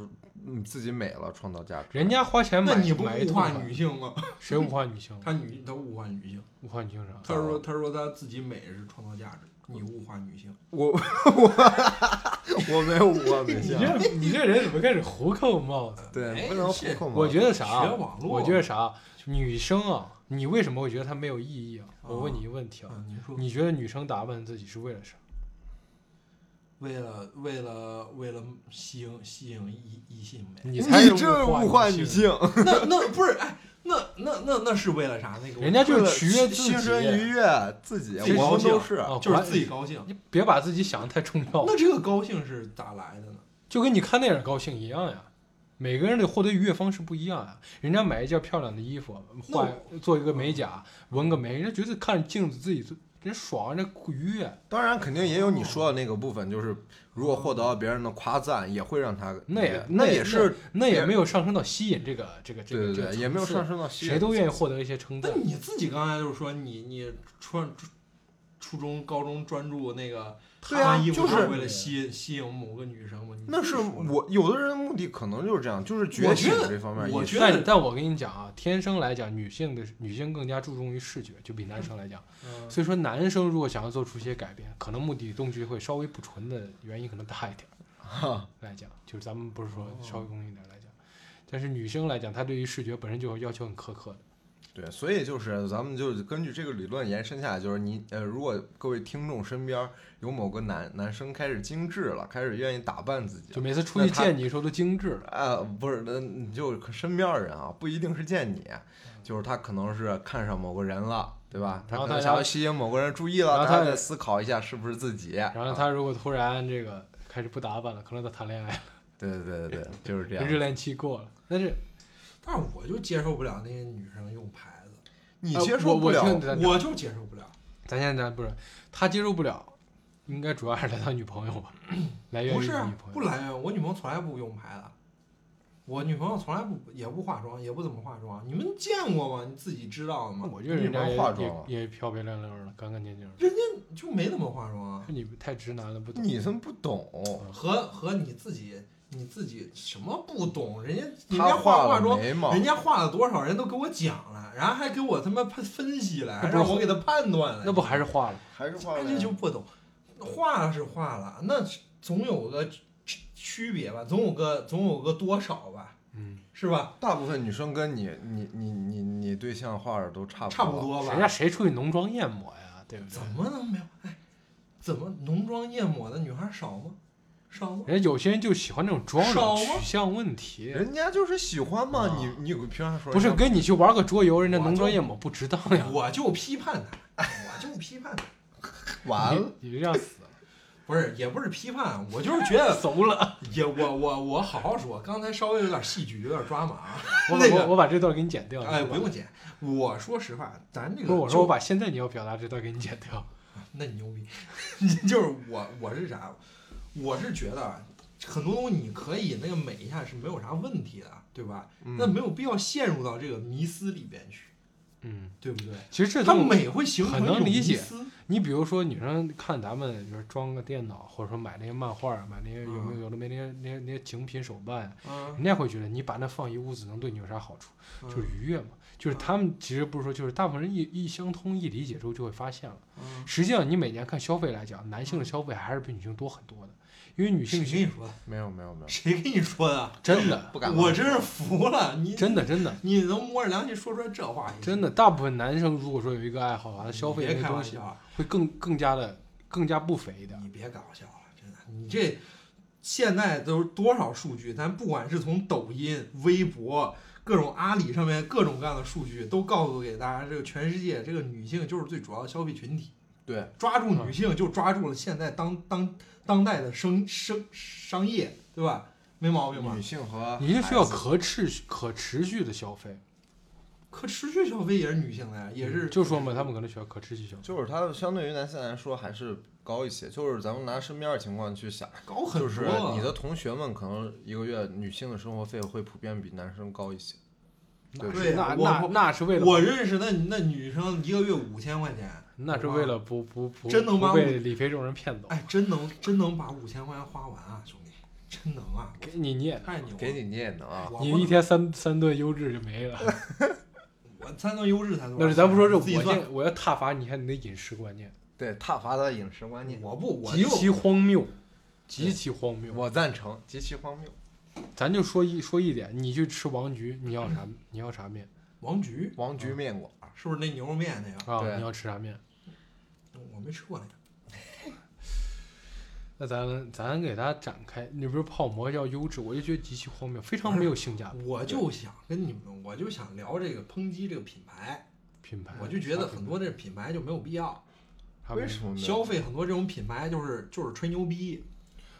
S3: 嗯自己美了，创造价值。
S2: 人家花钱
S1: 那
S2: 买
S1: 你不
S2: 买一
S1: 物
S2: 套
S1: 化
S2: 房
S1: 女性吗？
S2: 谁物化女性？啊
S1: 她女她物化女性。
S2: 物化女性啥？
S1: 他说：“他说他自己美是创造价值，你物化女性。
S3: 我我我没有我没
S2: 你
S3: 像。
S2: 这你这人怎么开始胡扣帽子？
S3: 对，
S1: 哎
S3: 不能
S1: 是
S3: 互控嘛。
S2: 我觉得啥
S1: 学网
S2: 啊？
S1: 络
S2: 我觉得啥？女生啊，你为什么会觉得她没有意义啊？我问你一个问题啊，
S1: 啊，你说
S2: 你觉得女生打扮自己是为了啥？
S1: 为了为了为了吸引吸引异异性美，
S2: 你才是
S3: 这
S2: 物
S3: 物
S2: 化
S3: 化
S2: 女
S3: 女
S2: 性。啊
S3: 性，
S1: 那那不是哎，那那那那是为了啥？那个我
S2: 人家 就是
S3: 为了
S2: 取悦自己
S3: 青春愉悦自己，
S1: 自己
S3: 我
S1: 高
S3: 们
S1: 兴
S3: 都是。
S2: 哦
S1: 就是自己高兴。
S2: 你别把自己想的太重
S3: 哦
S2: 要了，
S1: 那这个高兴是咋来的呢？
S2: 就跟你看电影高兴一样呀。每个人的获得愉悦方式不一样呀。人家买一件漂亮的衣服，画做一个美甲，纹个眉，人家觉得看着镜子自己最人爽，人家愉悦。
S3: 当然，肯定也有你说的那个部分，就是如果获得到别人的夸赞，也会让他
S2: 那也
S3: 那
S2: 也
S3: 是
S2: 那也没有上升到吸引这个这个这
S3: 对
S2: 个
S3: 对
S2: 这个
S3: 对，
S2: 层
S3: 也没有
S2: 次
S3: 上升到吸引
S2: 谁都愿意获得一些称
S1: 那
S2: 赞。
S1: 你自己刚才就是说你你穿初中、高中专注那个
S3: 对啊
S1: 他们衣服
S3: 就是
S1: 为了吸引吸引某个女生嘛？你
S3: 那是
S1: 说了
S3: 我有的人的目的可能就是这样，就是觉醒
S1: 觉得
S3: 这方面意识。
S1: 我觉得
S2: 但但我跟你讲啊，天生来讲，女性的女性更加注重于视觉，就比男生来讲。
S1: 嗯
S2: 所以说，男生如果想要做出一些改变，可能目的动机会稍微不纯的原因可能大一 点。来讲，就是咱们不是说稍微公平一点来讲，但是女生来讲，她对于视觉本身就要求很苛刻的。
S3: 对，所以就是咱们就根据这个理论延伸下来，就是你呃，如果各位听众身边有某个男男生开始精致了，开始愿意打扮自己
S2: 就
S3: 了，
S2: 每次出
S3: 那
S2: 去
S3: 她
S2: 见你的时候都精致了。
S3: 啊、不是，那你就身边的人啊，不一定是见你，就是他可能是看上某个人了，对吧？他
S2: 然后
S3: 可
S2: 他
S3: 能想
S2: 要
S3: 要吸引某个人注意了，
S2: 然后
S3: 大家
S2: 他
S3: 再思考一下是不是自己。
S2: 然后
S3: 啊
S2: 他如果突然这个开始不打扮了，可能他谈恋爱了，
S3: 对对对对对，就是这
S2: 热
S3: 样。
S2: 恋期过了。但是
S1: 但是我就接受不了那些女生用牌子，
S3: 你
S2: 呃
S3: 接受不
S2: 我
S3: 了
S2: 我，听咱
S1: 我就接受不了。
S2: 咱现在不是他接受不了，应该主要还是来他女朋友吧，来源于
S1: 不
S2: 女
S3: 啊
S1: 是啊
S2: 朋
S1: 不
S2: 友。
S1: 来源于，我女朋友从来不用牌子，我女朋友从来不也不化妆，也不怎么化妆。你们见过吗？你自己知道吗？
S2: 我觉得人家
S3: 你
S2: 也
S3: 帮化妆啊
S2: 也也漂漂亮亮的，干干净净的。
S1: 就没怎么化妆啊，
S2: 你太直男了，不懂。
S3: 你怎么不懂？
S1: 和和你自己你自己什么不懂？人家人
S3: 他
S1: 家化
S3: 画
S1: 化
S3: 了
S1: 妆，
S3: 眉毛，
S1: 人家化了多少人都给我讲了，然后还给我他妈判分析来，
S2: 那不是
S1: 让我给他判断来，
S2: 那不还是化了？
S3: 还是画
S1: 那
S3: 了
S1: 这
S3: 呀
S1: 就不懂，化了是化了，那总有个区区别吧，总有个总有个多少吧，
S2: 嗯，
S1: 是吧？
S3: 大部分女生跟你你你你你对象画的都差不
S1: 差不多吧
S2: 人。家谁出去浓妆艳抹呀？对不对
S1: 怎？么能没有？哎，怎么浓妆艳抹的女孩少吗？少吗？
S2: 人家有些人就喜欢那种妆
S1: 少
S2: 容
S1: 吗
S2: 取向问题，
S3: 人家就是喜欢嘛。
S1: 啊
S3: 你你有个凭啥说
S2: 不是
S3: 人家
S2: 跟你去玩个桌游，人家
S1: 我
S2: 浓
S1: 就
S2: 妆艳抹不值当呀。
S1: 我就批判她，哎我就批判她，
S3: 完了？
S2: 你，你这样死了，
S1: 不是也不是批判，我就是觉得
S2: 怂了。
S1: 也我我我好好说，刚才稍微有点戏剧，有点抓马啊。
S2: 我把
S1: 那个
S2: 我我把这段给你剪掉。
S1: 哎，
S2: 你知道
S1: 不
S2: 吧
S1: 用剪，我说实话，咱这个
S2: 不是我说，
S1: 就
S2: 我把现在你要表达这段给你剪掉。
S1: 那你牛逼， 你就是我，我是啥？我是觉得啊很多东西你可以那个美一下是没有啥问题的，对吧？那
S3: 嗯，
S1: 没有必要陷入到这个迷思里边去，
S2: 嗯，
S1: 对不对？
S2: 其实这
S1: 它
S2: 都
S1: 美会形成
S2: 很
S1: 一
S2: 能
S1: 种
S2: 理
S1: 迷
S2: 解
S1: 思
S2: 你比如说女生看咱们，就是装个电脑，或者说买那些漫画，买那些有
S1: 嗯
S2: 没有有的没那些那些那些精品手办，
S1: 啊，
S2: 人家会觉得你把那放一屋子能对你有啥好处？
S1: 就
S2: 嗯就是愉悦嘛。就是他们其实不是说，就是大部分人一一相通一理解之后就会发现了。
S1: 嗯
S2: 实际上，你每年看消费来讲，男性的消费还是比女性多很多的，因为女
S1: 谁
S2: 性
S1: 跟你说的？
S3: 没有没有没有，
S1: 谁跟你说的？啊
S2: 真的
S3: 不敢。
S1: 我真是服了你，
S2: 真的真的
S1: 你能摸着良心说出来这话？
S2: 真的，大部分男生如果说有一个爱好，完了消费
S1: 别
S2: 这些
S1: 开
S2: 东
S1: 玩
S2: 西
S1: 笑，嗯啊！
S2: 会更更加的更加不菲一点。
S1: 你别搞笑了，真的，你这现在都多少数据？咱不管是从抖音、微博、各种阿里上面各种各样的数据，都告诉给大家，这个全世界这个女性就是最主要的消费群体。
S3: 对，
S1: 抓住女性就抓住了现在当当当代的生生商业，对吧？没毛病吧
S3: 女？性和
S2: 你就需要
S3: 孩子
S2: 可持续可持续的消费，
S1: 可持续消费也是女性的呀，也
S3: 嗯
S1: 是
S2: 就说嘛，他们可能需要可持续消费。
S3: 就是它相对于男性来说还是高一些，就是咱们拿身边的情况去想，
S1: 高很
S3: 就
S1: 多
S3: 是
S1: 啊。
S3: 你的同学们可能一个月女性的生活费会普遍比男生高一些，对
S1: 对
S2: 那
S1: 呀
S2: 那
S1: 我
S2: 那是为了
S1: 我认识那那女生一个月五千块钱，
S2: 那是为了不不不
S1: 真能
S2: 不
S1: 把
S2: 被李飞这种人骗走。
S1: 哎，真能真能把五千块钱花完啊，兄弟，真能啊，
S2: 给你你也
S1: 太牛了！
S3: 给你你也能啊。
S1: 我不
S2: 你
S1: 能
S2: 一天三三顿优质就没 了。
S1: 我三顿优质才多少钱？
S2: 那是咱不说这，我
S1: 自己算
S2: 现我要挞伐你看你的饮食观念，
S3: 对，挞伐他的饮食观念，
S1: 我不，我
S2: 极
S1: 就
S2: 其荒谬，极其荒谬。
S3: 我赞成，极其荒谬。
S2: 咱就说一说一点，你去吃王局，你要啥？你要啥面
S1: 王菊啊
S3: 王局面馆，
S1: 是不是那牛肉面那个？
S2: 啊？
S3: 对
S2: 你要吃啥面？
S1: 我没吃过那个。
S2: 那咱咱给大家展开，你不是泡馍要优质，我就觉得极其荒谬，非常没有性价比。
S1: 我就想跟你们，我就想聊这个抨击这个品牌，
S2: 品牌，
S1: 我就觉得很多这品牌就没有必要，
S2: 啥品牌
S3: 嗯为什么没有
S1: 消费很多这种品牌就是就是吹牛逼，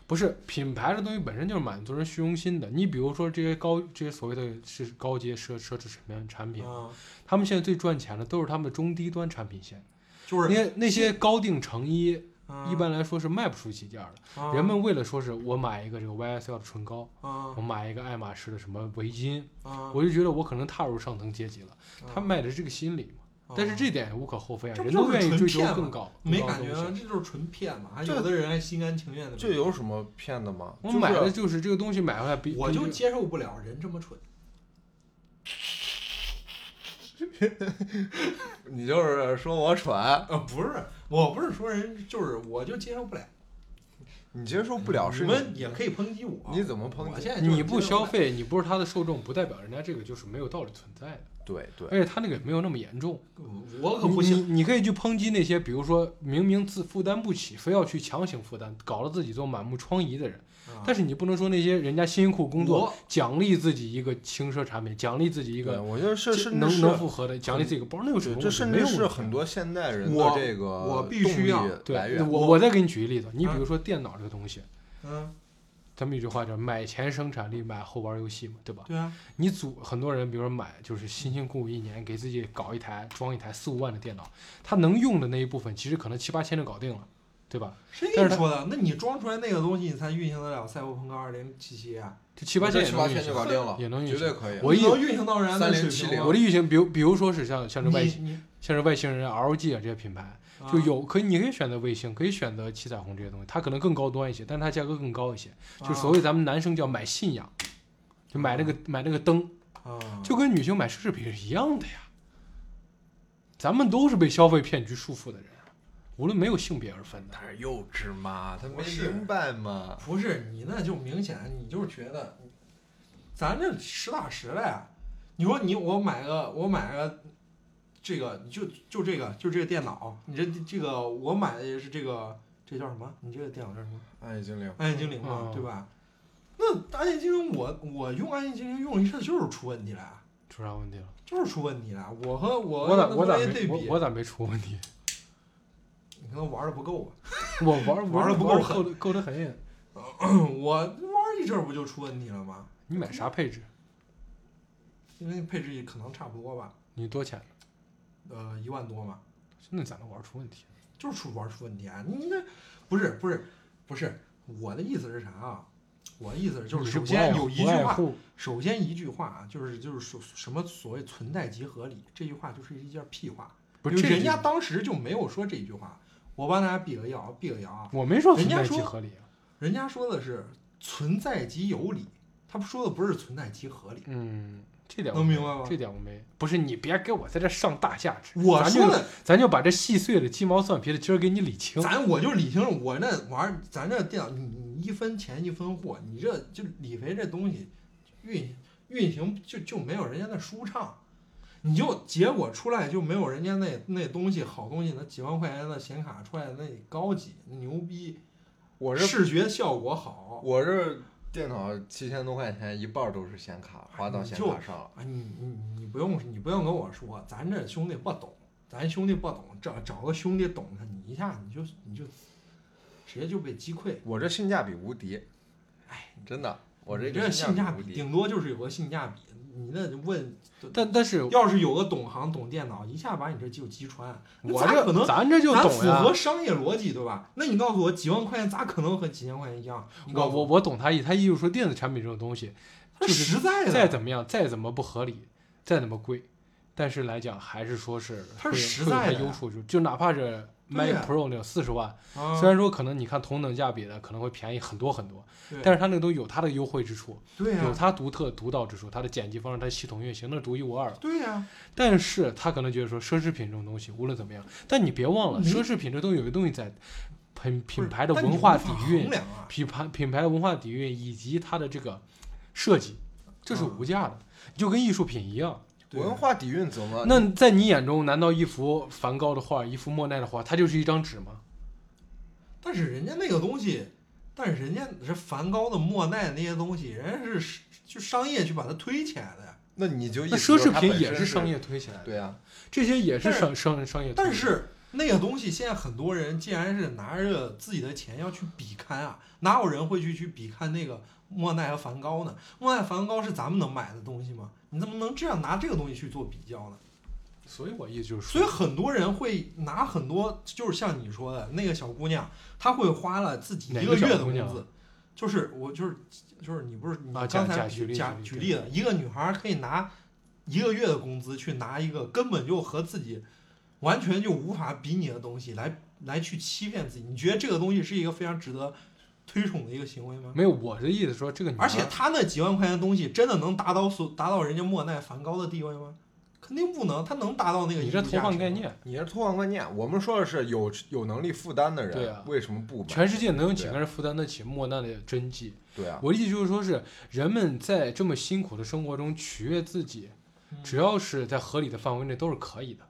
S2: 不是品牌这东西本身就是满足人虚荣心的。你比如说这些高这些所谓的是高阶奢奢侈品产品，
S1: 啊，
S2: 他们现在最赚钱的都是他们的中低端产品线，
S1: 就
S2: 那
S1: 是嗯
S2: 些那些高定成衣，
S1: 啊
S2: 一般来说是卖不出去价的。
S1: 啊
S2: 人们为了说是我买一个这个 YSL 的唇膏，
S1: 啊
S2: 我买一个爱马仕的什么围巾，
S1: 啊，
S2: 我就觉得我可能踏入上层阶级了。他
S1: 啊
S2: 卖的是这个心理嘛，但是这点也无可厚非啊，
S1: 这不
S2: 人
S1: 就
S2: 都
S1: 是
S2: 愿意
S1: 纯
S2: 追求
S1: 骗吗
S2: 更高，
S1: 嗯
S2: 更
S1: 没
S2: 高的
S1: 感觉
S2: 东
S1: 啊
S2: 西，
S1: 这就是纯骗嘛。还
S3: 这
S1: 有的人还心甘情愿的，
S3: 这有什么骗的吗？
S2: 我买
S3: 就
S2: 的
S3: 是
S2: 就是这个东西买回来比
S1: 我
S2: 比
S1: 就
S2: 这
S1: 接受不了人这么蠢。
S3: 你就是说我蠢，
S1: 呃，不是，我不是说人，就是我就接受不了。
S3: 你接受不了
S1: 你
S3: 是
S1: 们也可以抨击我，
S3: 你怎么抨
S1: 我
S3: 击？
S1: 现在就是
S2: 你不
S1: 接受了，
S2: 消费，你不是他的受众，不代表人家这个就是没有道理存在的，
S3: 对对，
S2: 而且他那个也没有那么严重。
S1: 我可
S2: 你
S1: 不
S2: 你
S1: 信。
S2: 你可以去抨击那些，比如说明明自负担不起，非要去强行负担，搞得自己都满目疮痍的人。但
S3: 啊
S1: 是
S2: 是你不能说那些人家辛苦工
S1: 啊
S2: 作
S1: 我，
S2: 奖励自己一个轻奢产品，奖励自己一
S3: 对
S2: 个
S3: 我觉得是
S2: 这
S3: 甚至
S2: 能
S3: 是
S2: 能复合的，奖励自己一个包，那有什
S3: 对，
S2: 么
S3: 这
S2: 问题？
S3: 甚
S2: 没
S3: 至
S2: 有
S3: 是
S2: 问题
S3: 很多现代人的
S1: 我
S3: 这个
S1: 我必须要
S3: 动力来
S2: 对。
S3: 源。啊
S2: 我我再给你举个例子，你比如说电脑这个东西，
S1: 嗯，
S2: 咱们有句话叫“买前生产力，买后玩游戏”嘛，对吧？
S1: 对啊，
S2: 你组很多人，比如说买，就是辛辛苦苦一年给自己搞一台、装一台四五万的电脑，他能用的那一部分，其实可能七八千就搞定了，对吧？
S1: 谁跟你
S2: 但是他
S1: 说的？那你装出来那个东西，你才运行得了赛博朋克二零七七啊？
S2: 这七八千也
S3: 七八
S2: 能运
S3: 千就
S2: 行。
S3: 搞定了，
S2: 也能运行
S3: 绝对可以。
S2: 我
S1: 你
S2: 一
S1: 能运行到人家那水平
S3: 3070
S1: 吗
S2: 我的预想，比如比如说是像像是外
S1: 你
S2: 星，
S1: 你
S2: 像是外星人 LG 啊这些品牌，就
S1: 啊
S2: 有可以你可以选择卫星，可以选择七彩虹这些东西，它可能更高端一些，但是它价格更高一些，
S1: 啊
S2: 就所谓咱们男生叫买信仰，就买那个买那个灯，
S1: 啊，啊
S2: 就跟女性买奢侈品是一样的呀。咱们都是被消费骗局束缚的人，啊无论没有性别而分的。
S3: 但是幼稚嘛，他没
S1: 不是
S3: 明白嘛。
S1: 不是你那就明显，你就是觉得，咱这实打实的呀。你说你我买个我买个这个就就这个就这个电脑，你这这个我买的也是这个这叫什么？你这个电脑叫什么？
S3: 暗哎夜精灵，
S1: 安静精灵嘛，
S2: 嗯
S1: 对吧？那安静精灵我我用安静精灵用一次就是出问题来，
S2: 出啥问题了？
S1: 就是出问题来。我和我
S2: 我咋我咋
S1: 跟 NBA
S2: 没
S1: 对
S2: 我
S1: 比，
S2: 我咋没出问题？
S1: 你可能玩的不够啊。
S2: 我玩
S1: 玩得
S2: 的
S1: 不够狠
S2: 够得够得很。
S1: 我玩一阵儿不就出问题了吗？
S2: 你买啥配置？
S1: 因为配置可能差不多吧，
S2: 你多钱？
S1: 呃，一万多嘛。
S2: 那咋能玩出问题？
S1: 就是出玩出问题啊！你这不是不是不是我的意思是啥啊？我的意思是就
S2: 你
S1: 是
S2: 是
S1: 首
S2: 不爱
S1: 先
S2: 护
S1: 有一
S2: 不
S1: 句
S2: 爱
S1: 话，
S2: 护
S1: 首先一句话啊，就是就是所什么所谓存在即合理，这句话就是一件屁话。
S2: 不是
S1: 因为
S2: 这
S1: 人家
S2: 句
S1: 当时就没有说这一句话。我帮大家避个谣，避个谣啊！
S2: 我没说
S1: 人
S2: 存
S1: 家
S2: 在即
S1: 说
S2: 合理啊。
S1: 人家说的是存在即有理，他说的不是存在即合理。
S2: 嗯，这点我
S1: 能
S2: 没
S1: 明白吗
S2: 这点我没，不是你别给我在这上大下之，
S1: 我
S2: 咱
S1: 说
S2: 就
S1: 的
S2: 咱就把这细碎的鸡毛蒜皮的今儿给你理清。
S1: 咱我就理清楚，我那玩意儿，咱这电脑，你你一分钱一分货，你这就理赔这东西运运行就就没有人家那舒畅，你就结果出来就没有人家那那东西好东西，那几万块钱的显卡出来的那高级牛逼，
S3: 我这
S1: 视觉效果好
S3: 我这电脑七千多块钱，一半儿都是显卡，花到显卡上了。
S1: 啊！你你你不用你不用跟我说，咱这兄弟不懂，咱兄弟不懂，找找个兄弟懂的，你一下你就你就直接就被击溃。
S3: 我这性价比无敌，
S1: 哎，
S3: 真的，我
S1: 你
S3: 个
S1: 这性价
S3: 无
S1: 比
S3: 敌。
S1: 顶多就是有个性价比，你那问，
S2: 但但是
S1: 要是有个懂行懂电脑，一下把你这就击穿。那
S2: 我
S1: 咋可
S2: 这
S1: 能
S2: 咱这就
S1: 咱
S2: 懂
S1: 符
S2: 呀
S1: 合，商业逻辑对吧？那你告诉我，几万块钱咋可能和几千块钱一样？你
S2: 我
S1: 告诉
S2: 我，我懂他意，他意思说电子产品这种东西，
S1: 它
S2: 就是
S1: 实在
S2: 再
S1: 的，
S2: 怎么样，再怎么不合理，再怎么贵，但是来讲还是说是
S1: 它是
S2: 会
S1: 实
S2: 会有
S1: 在
S2: 它
S1: 的
S2: 优
S1: 呀
S2: 处，就就哪怕是
S1: 对
S2: Mac
S1: 呀
S2: Pro 那种四十万，
S1: 啊
S2: 虽然说可能你看同等价比的可能会便宜很多很多，
S1: 对
S2: 但是它那个都有它的优惠之处，
S1: 对啊
S2: 有
S1: 呀，
S2: 它独特独到之处，它的剪辑方式、它的系统运行那是独一无二的。
S1: 对呀，
S2: 但是他可能觉得说奢侈品这种东西无论怎么样，但你别忘了，
S1: 没
S2: 奢侈品这东西有一个东西在品
S1: 不
S2: 品
S1: 是
S2: 牌的
S1: 但你
S2: 文化
S1: 无
S2: 底
S1: 法
S2: 蕴
S1: 衡，量啊，
S2: 品牌品牌的文化底蕴以及它的这个设计，这是
S1: 嗯
S2: 无价的，就跟艺术品一样。
S1: 对
S3: 文化底蕴怎么？
S2: 那在你眼中，难道一幅梵高的画、一幅莫奈的画，它就是一张纸吗？
S1: 但是人家那个东西，但是人家是梵高的、莫奈的那些东西，人家是就商业去把它推起来的呀。
S3: 那你就意
S2: 那
S3: 思
S2: 奢
S3: 就是
S2: 侈
S3: 它
S2: 品
S3: 本
S2: 也
S3: 身
S2: 是
S3: 是
S2: 商，业推起来的。
S3: 对啊，
S2: 这些也是
S1: 但是
S2: 商商商业推
S1: 但
S2: 广，
S1: 是那个东西，现在很多人既然是拿着自己的钱要去比看啊，哪有人会去去比看那个莫奈和梵高呢？莫奈、梵高是咱们能买的东西吗？你怎么能这样拿这个东西去做比较呢？
S2: 所以我意思就是
S1: 所
S2: 说，
S1: 以很多人会拿很多，就是像你说的那个小姑娘，她会花了自己
S2: 哪
S1: 一
S2: 个
S1: 月
S2: 小
S1: 的
S2: 姑
S1: 工
S2: 娘
S1: 资，就是我就是就是你不是你
S2: 啊
S1: 刚
S2: 假假
S1: 才
S2: 举例
S1: 假
S2: 举
S1: 举
S2: 例
S1: 例了，一个女孩可以拿一个月的工资去拿一个根本就和自己完全就无法比拟的东西来来去欺骗自己。你觉得这个东西是一个非常值得推崇的一个行为吗？
S2: 没有，我的意思说这个女孩，
S1: 而且他那几万块钱的东西真的能达到所达到人家莫奈梵高的地位吗？肯定不能，他能达到那个
S2: 嗯你
S1: 艺术
S2: 这偷
S1: 价值
S2: 换
S1: 吗
S2: 概，念，
S3: 你是偷换观念，我们说的是有有能力负担的人，
S2: 对啊
S3: 为什么不买？
S2: 全世界能有几个人负担得起莫奈的真迹？
S3: 对啊，
S2: 我的意思就是说是人们在这么辛苦的生活中取悦自己，只要是在合理的范围内都是可以的。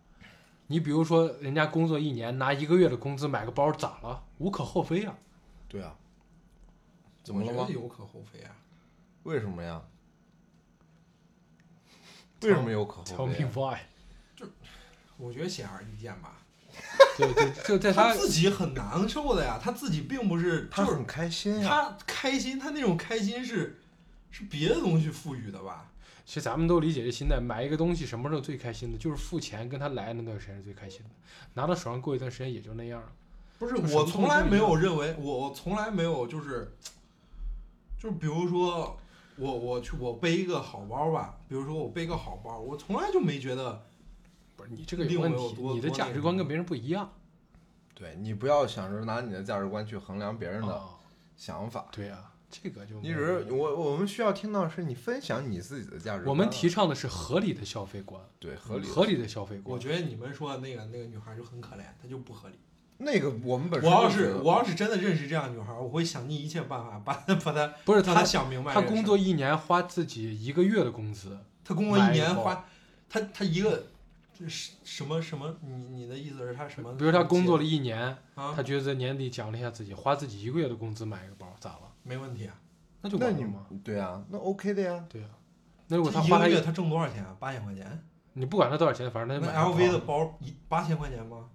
S2: 你比如说，人家工作一年拿一个月的工资买个包，咋了？无可厚非啊。
S3: 对啊，怎么
S1: 我
S3: 了
S1: 觉
S3: 吗
S1: 得？有可厚非啊。
S3: 为什么呀？为什么有可
S2: Tell
S3: 厚非
S2: me
S3: 啊？
S2: why？
S1: 我觉得显而易见吧，
S2: 对对，就在
S1: 他
S2: 他
S1: 自己很难受的呀，他自己并不是，
S3: 他
S1: 就是
S3: 很开心呀、
S1: 他开心，他那种开心是是别的东西赋予的吧？
S2: 其实咱们都理解这心态，买一个东西什么时候最开心的？就是付钱跟他来的那段时间是最开心的，拿到手上过一段时间也就那样了。
S1: 不是，
S2: 这什么
S1: 我从来没有认为，我我从来没有就是，就是比如说我我去我背一个好包吧，比如说我背个好包，我从来就没觉得
S2: 不是你这个有
S1: 另
S2: 问
S1: 外有
S2: 题，
S1: 多
S2: 你的
S1: 多
S2: 价
S1: 那
S2: 值
S1: 个
S2: 观跟别人不一样。
S3: 对你不要想着拿你的价值观去衡量别人的
S2: 啊，
S3: 想法，
S2: 对啊，这个就
S3: 你只是我我们需要听到是你分享你自己的价值观啊。
S2: 我们提倡的是合理的消费观，
S3: 对合理的
S2: 合理的消费
S1: 我
S2: 观。
S1: 觉得你们说的那个那个女孩就很可怜，她就不合理。
S3: 那个我们本
S1: 我要
S3: 身就是觉得
S1: 我要是真的认识这样的女孩，我会想尽一切办法把她把她
S2: 不是
S1: 让
S2: 他，
S1: 想明白这
S2: 他
S1: 个事儿。
S2: 工作一年花自己一个月的工资，
S1: 他工作一
S2: 买一
S1: 年
S2: 包
S1: 花，他他一个这是什么什么？你你的意思是他什么？
S2: 比如他工作了一年，
S1: 啊
S2: 他，觉得在年底奖励一下自己，花自己一个月的工资买一个包，咋了？
S1: 没问题啊。
S2: 那就
S3: 那
S2: 完
S3: 你
S2: 了吗？
S3: 对啊，那 OK 的呀。
S2: 对啊，那如果他
S1: 一
S2: 花他
S1: 个月他挣多少钱啊？八千块钱。
S2: 你不管他多少钱，反正
S1: 那
S2: 他就买个
S1: LV
S2: 包
S1: 的包一八千块钱吗？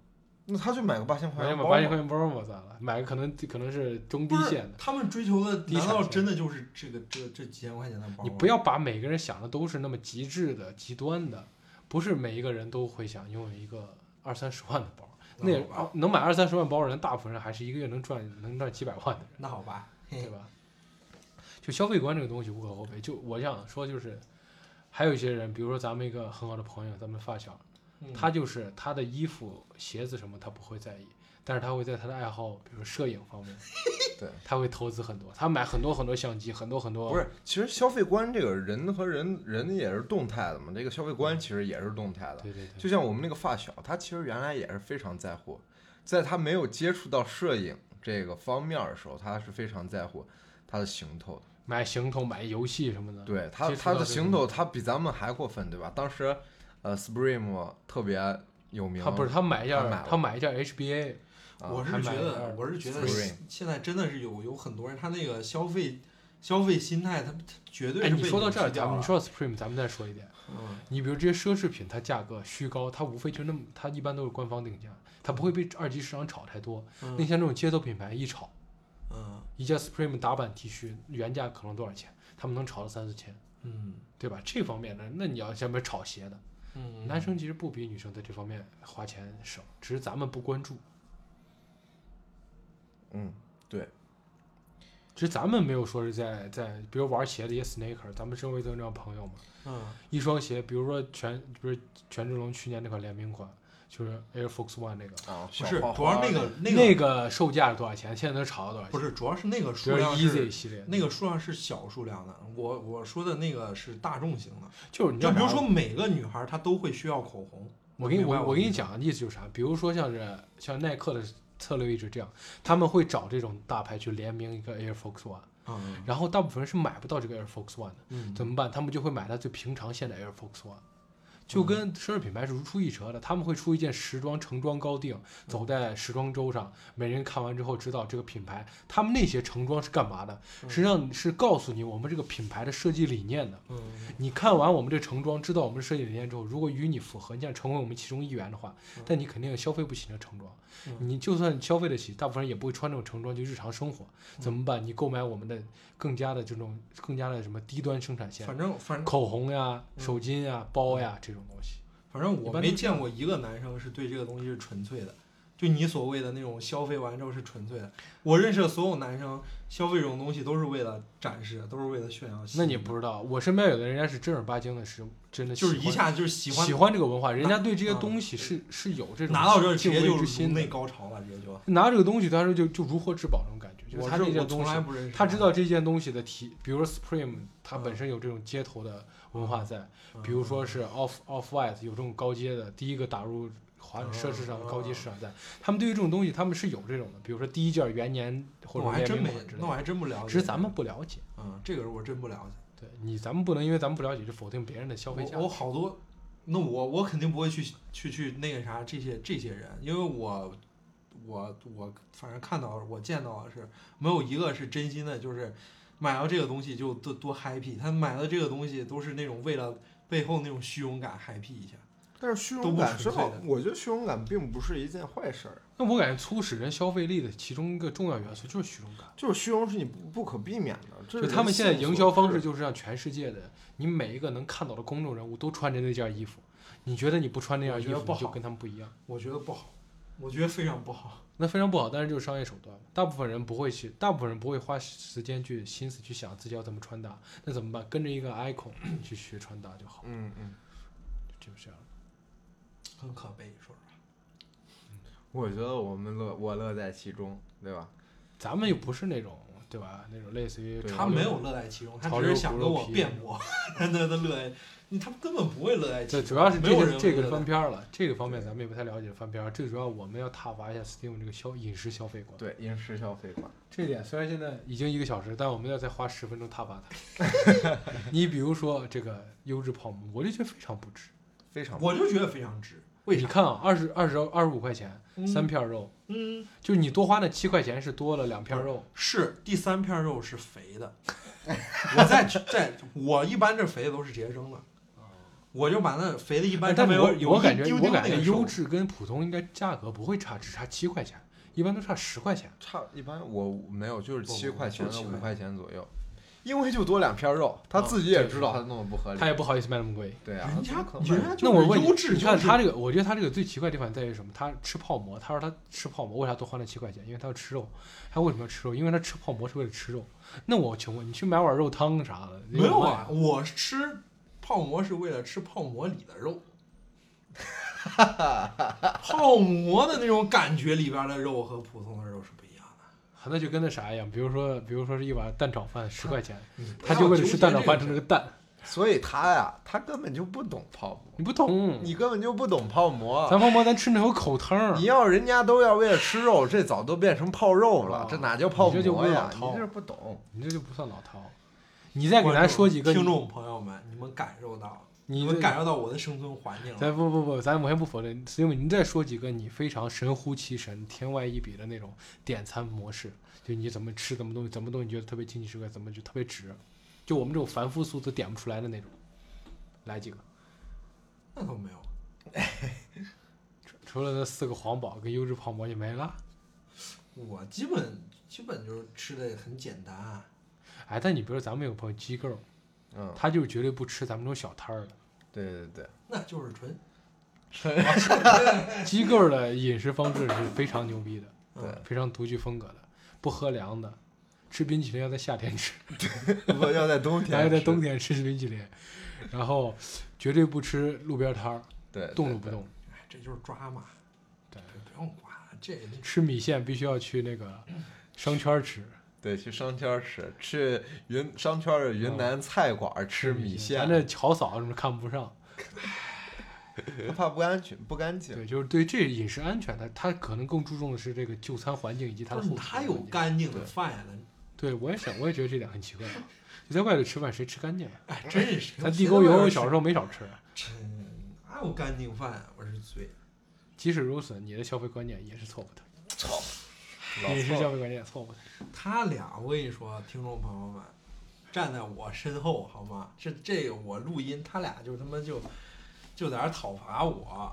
S3: 那他就买个八千块
S2: 买
S3: 钱
S2: 买
S3: 包
S2: 八千
S3: 吧，，
S2: 块钱包嘛，咋了？买个可能可能是中低
S1: 不是
S2: 线的。
S1: 他们追求的
S2: 低
S1: 难
S2: 产
S1: 道
S2: 线
S1: 真的就是这个这这几千块钱的包吗？
S2: 你不要把每个人想的都是那么极致的、极端的，不是每一个人都会想拥有一个二三十万的包。那
S1: 那
S2: 也
S1: 好吧，
S2: 能买二三十万包的人，大部分人还是一个月能赚能赚几百万的人，
S1: 那好吧，
S2: 对吧？就消费观这个东西无可厚非。就我想说，就是还有一些人，比如说咱们一个很好的朋友，咱们发小，
S1: 嗯
S2: 哦他就是他的衣服、鞋子什么他不会在意，但是他会在他的爱好，比如说摄影方面
S3: 对，
S2: 他会投资很多，他买很多很多相机，很多很多
S3: 不是，其实消费观这个人和人人也是动态的嘛，这个消费观其实也是动态的。
S2: 对对
S3: 就
S2: 对，
S3: 像我们那个发小，他其实原来也是非常在乎，在他没有接触到摄影这个方面的时候，他是非常在乎他的行头的。
S2: 买行头、买游戏什么的，
S3: 对他，
S2: 接触
S3: 他
S2: 到
S3: 的
S2: 这
S3: 行
S2: 种
S3: 头他比咱们还过分，对吧？当时，呃，Spring 特别有名，
S2: 他不是他买一件
S3: 他买了
S2: 他买一件 HBA，
S3: 啊
S1: 嗯我是
S2: 还
S1: 觉
S2: 买了
S1: 得
S2: 点
S1: 我是觉得
S3: Spring
S1: 现在真的是有有很多人他那个消费消费心态，他他绝对
S2: 哎，
S1: 是
S2: 你
S1: 被
S2: 说到
S1: 扭
S2: 这
S1: 曲
S2: 儿，咱
S1: 掉
S2: 们
S1: 了
S2: 你说到 Supreme，咱们再说一点。
S1: 嗯
S2: 你比如这些奢侈品，它价格虚高，它无非就那么，它一般都是官方定价，它不会被二级市场炒太多。那
S1: 嗯
S2: 像这种街头品牌一炒，
S1: 嗯
S2: 一件 Supreme 打版 T 恤原价可能多少钱，他们能炒到三四千，
S1: 嗯
S2: 对吧？这方面呢，那你要像比如炒鞋的，
S1: 嗯，
S2: 男生其实不比女生在这方面花钱少，只是咱们不关注，
S3: 嗯，
S2: 只是咱们没有说是在在，比如玩鞋的一些 sneaker，咱们周围都有那样朋友嘛，
S1: 嗯。
S2: 一双鞋，比如说全不是权志龙去年那款联名款，就是 Air Force One 那个。
S3: 啊，
S1: 不
S3: 小
S1: 是，
S3: 花
S1: 主要
S3: 花
S1: 是那个那个、
S2: 那个售价是多少钱？现在能炒到多少钱？
S1: 不是，主要是那个
S2: 只
S1: 数
S2: 是
S1: 量
S2: Easy
S1: 是
S2: 系列，
S1: 那个数量是小数量的。我我说的那个是大众型的，
S2: 就是你知
S1: 就
S2: 道
S1: 比如
S2: 啥
S1: 说，每个女孩她都会需要口红。
S2: 我给你
S1: 明白
S2: 我
S1: 我
S2: 我
S1: 的
S2: 给你
S1: 意思
S2: 讲的意思就是啥？比如说像是像耐克的策略一直这样，他们会找这种大牌去联名一个 Air Force One，
S1: 嗯
S2: 然后大部分人是买不到这个 Air Force One 的，
S1: 嗯，
S2: 怎么办？他们就会买它最平常线的 Air Force One。就
S1: 嗯
S2: 跟奢侈品牌是如出一辙的，他们会出一件时装成装高定，走在时装周上，每人看完之后知道这个品牌，他们那些成装是干嘛的？实际上是告诉你我们这个品牌的设计理念的。
S1: 嗯
S2: 你看完我们这成装，知道我们设计理念之后，如果与你符合，你想成为我们其中一员的话
S1: 嗯，
S2: 但你肯定消费不起那成装。
S1: 嗯
S2: 你就算消费得起，大部分人也不会穿这种成装去日常生活，
S1: 嗯
S2: 怎么办？你购买我们的更加的这种更加的什么低端生产线，
S1: 反正反正
S2: 口红呀、
S1: 嗯
S2: 手巾呀、包呀这种东西。
S1: 反正
S2: 一
S1: 我
S2: 般
S1: 没
S2: 都是这
S1: 见过一个男生是对这个东西是纯粹的，就你所谓的那种消费完之后是纯粹的。我认识的所有男生消费这种东西都是为了展示，都是为了炫耀。
S2: 那你不知道，我身边有的人家是正儿八经的是真的喜
S1: 就
S2: 欢，
S1: 是一下就是喜
S2: 喜
S1: 欢嗯
S2: 这个文化，人家对这些东西是、是有这种
S1: 拿到这儿直
S2: 敬
S1: 接
S2: 畏
S1: 就
S2: 之
S1: 颅
S2: 心
S1: 内
S2: 的。
S1: 高潮了，直接就。
S2: 拿这个东西，他说就就如获至宝那种感觉，就是
S1: 我
S2: 他
S1: 是
S2: 这
S1: 我
S2: 件东
S1: 从
S2: 西
S1: 来，不认识，啊
S2: 他知道这件东西的体，比如说 Supreme，它
S1: 嗯
S2: 本身有这种街头的文化在，
S1: 嗯，
S2: 比如说是 Off Off White 有这种高阶的，第一个打入华
S1: 哦
S2: 奢侈上高级市场在，他们对于这种东西他们是有这种的，比如说第一件元年或
S1: 那
S2: 者
S1: 我还
S2: 联
S1: 真
S2: 名
S1: 没
S2: 款之，类
S1: 那我
S2: 的，
S1: 还真不了解。
S2: 只是咱们不了解。
S1: 嗯，这个我真不了解。
S2: 对你，咱们不能因为咱们不了解就否定别人的消费价
S1: 我我
S2: 值。
S1: 好多，那我我肯定不会去去去那个啥这些这些人，因为我我我反正看到我见到的是没有一个是真心的，就是买到这个东西就多多 happy，他买到这个东西都是那种为了背后那种虚荣感 happy 一下。
S3: 但是虚
S1: 都
S3: 荣
S1: 不
S3: 感是
S1: 纯粹
S3: 好
S1: 的，
S3: 我觉得虚荣感并不是一件坏事儿，
S2: 那我感觉促使人消费力的其中一个重要元素就是虚荣感。
S3: 就是虚荣是你不不可避免的。这
S2: 就是他们
S3: 人
S2: 现在
S3: 性所
S2: 营销方
S3: 致
S2: 式就是让全世界的你每一个能看到的公众人物都穿着那件衣服，你觉得你不穿那件
S1: 我
S2: 衣
S1: 觉得
S2: 服
S1: 不
S2: 你就
S1: 好
S2: 跟他们不一样，
S1: 我觉得不好，我觉得非常不好。
S2: 那非常不好。但是就是商业手段，大部分人不会去，大部分人不会花时间去心思去想自己要怎么穿搭，那怎么办？跟着一个 icon 去学穿搭就好，
S3: 嗯嗯，
S2: 就是这样。
S1: 很可悲，说实话。
S3: 我觉得我们乐我乐在其中，对吧？
S2: 咱们又不是那种对吧？那种类似于
S3: 对
S2: 潮
S1: 他
S2: 流
S1: 没有乐在其中，他
S2: 潮
S1: 只是
S2: 流不
S1: 想
S2: 肉
S1: 跟我
S2: 皮
S1: 辩驳， 他他他乐在，他根本不会乐在其
S2: 这
S1: 中。
S2: 主要是
S1: 没
S2: 这
S1: 有
S2: 个
S1: 人
S2: 这
S1: 会
S2: 个
S1: 乐在
S2: 翻篇儿了，这个方面咱们也不太了解翻篇儿。最主要我们要挞伐一下 Steam 这个消饮食消费观。
S3: 对，饮食消费观，
S2: 这一点虽然现在已经一个小时，但我们要再花十分钟挞伐 它。你比如说这个优质泡馍，我就觉得非常不值。
S3: 非常
S1: 我就觉得非常值。为
S2: 你
S1: 啥？
S2: 看啊，二十二十二十五块钱三
S1: 嗯
S2: 片肉，
S1: 嗯。
S2: 就是你多花那七块钱是多了两片肉，
S1: 是第三片肉是肥的，我在在我一般这肥的都是直接扔了，
S3: 哦
S1: 我就把那肥的一般
S2: 哎但
S1: 没
S2: 是
S1: 有
S2: 我
S1: 有
S2: 我
S1: 一
S2: 感觉
S1: 丢
S2: 我
S1: 丢
S2: 感
S1: 那
S2: 觉
S1: 个
S2: 优
S1: 瘦
S2: 质跟普通应该价格不会差，只差七块钱，一般都差十块钱。
S3: 差一般我没有，就是
S1: 不
S3: 七
S1: 不
S3: 块
S1: 就
S3: 钱到
S1: 7
S3: 五
S1: 块
S3: 块钱左右，因为就多两片肉，他
S2: 啊
S3: 自己也
S2: 对
S3: 知道他弄的不
S1: 啊
S3: 合理
S2: 他。也不好意思卖那么贵。
S3: 对啊，
S1: 人
S3: 怎
S1: 家
S3: 么可能
S1: 人家
S3: 买
S2: 那我
S1: 就是
S2: 问
S1: 优
S2: 你，
S1: 质，
S2: 你看
S1: 就是
S2: 他这个，我觉得他这个最奇怪的地方在于什么？他吃泡馍，他说他吃泡馍，为啥多花那七块钱？因为他要吃肉。他为什么要吃肉？因为他吃泡馍是为了吃肉。那我请问，你去买碗肉汤啥的？
S1: 没有啊，
S2: 卖？
S1: 我吃泡馍是为了吃泡馍里的 肉，泡馍的那种感觉里边的肉和普通的肉是不一样的。
S2: 那就跟那啥一样，比如说，比如说是一碗蛋炒饭十块钱，
S1: 你不
S2: 他
S1: 要
S2: 就为了
S1: 纠
S2: 吃
S1: 结
S2: 蛋
S1: 这
S2: 炒饭
S1: 个事
S2: 成这
S1: 儿
S2: 个蛋，
S3: 所以他呀，他根本就不懂泡馍，
S2: 你不懂。
S3: 你根本就不懂泡馍。
S2: 咱泡馍咱吃那有口汤儿
S3: 你，要人家都要为了吃肉，这早都变成泡肉了，这哪叫泡
S2: 你这就不
S3: 馍
S2: 是
S3: 呀
S2: 老？
S3: 你
S2: 饕
S3: 这不懂。
S2: 你这就不算老饕。你再给
S1: 观
S2: 咱
S1: 众
S2: 说几个
S1: 听，众朋友们，你们感受到了，
S2: 你
S1: 你
S2: 你
S1: 们感受到我的生存环境了。
S2: 咱不不不，咱我先不否认，因为您再说几个你非常神乎其神、天外一笔的那种点餐模式，就你怎么吃怎么东西，怎么东西你觉得特别经济实惠，怎么就特别值，就我们这种凡夫俗子点不出来的那种，来几个，
S1: 那倒没有，
S2: 除除了那四个皇堡跟优质泡馍就没了。
S1: 我基本基本就是吃的很简单、
S2: 哎，但你比如咱们有个朋友机构，
S3: 嗯，
S2: 他就是绝对不吃咱们这种小摊儿的。
S3: 对对 对，
S1: 那就是纯。
S2: 机构的饮食方式是非常牛逼的，
S3: 对
S2: 非常独具风格的，不喝凉的，吃冰淇淋要在夏天吃。
S3: 我要在冬天
S2: 还
S3: 吃，
S2: 要在冬天吃冰淇淋，然后绝对不吃路边摊儿，
S3: 对
S2: 动都不。动。
S1: 哎，这就是抓嘛，
S2: 对，
S1: 不用管了这这
S2: 吃米线必须要去那个商圈儿吃
S3: 对对，去商圈吃，去云商圈的云
S2: 嗯
S3: 南菜馆吃米
S2: 米
S3: 线
S2: 咱，这巧嫂什么看不上。
S3: 怕不安全，不干净。
S2: 对，就是对这饮食安全，他他可能更注重的是这个就餐环境以及他
S1: 不
S2: 的
S1: 是
S2: 后
S1: 他
S2: 厨
S1: 有
S2: 环境。
S1: 干净的
S3: 对
S1: 饭呀，咱
S2: 对，我也想，我也觉得这点很奇怪啊。你在外头吃饭，谁吃干净啊？
S1: 哎真是
S2: 咱地沟油小时候没少吃。
S1: 真嗯哪有干净饭啊？我是醉。
S2: 即使如此，你的消费观念也是错误的，
S3: 老
S2: 饮食
S3: 错
S2: 消费观念也错误的。
S1: 他俩，我跟你说，听众朋友们，站在我身后好吗？这这个我录音，他俩就他妈就就在那儿讨伐我，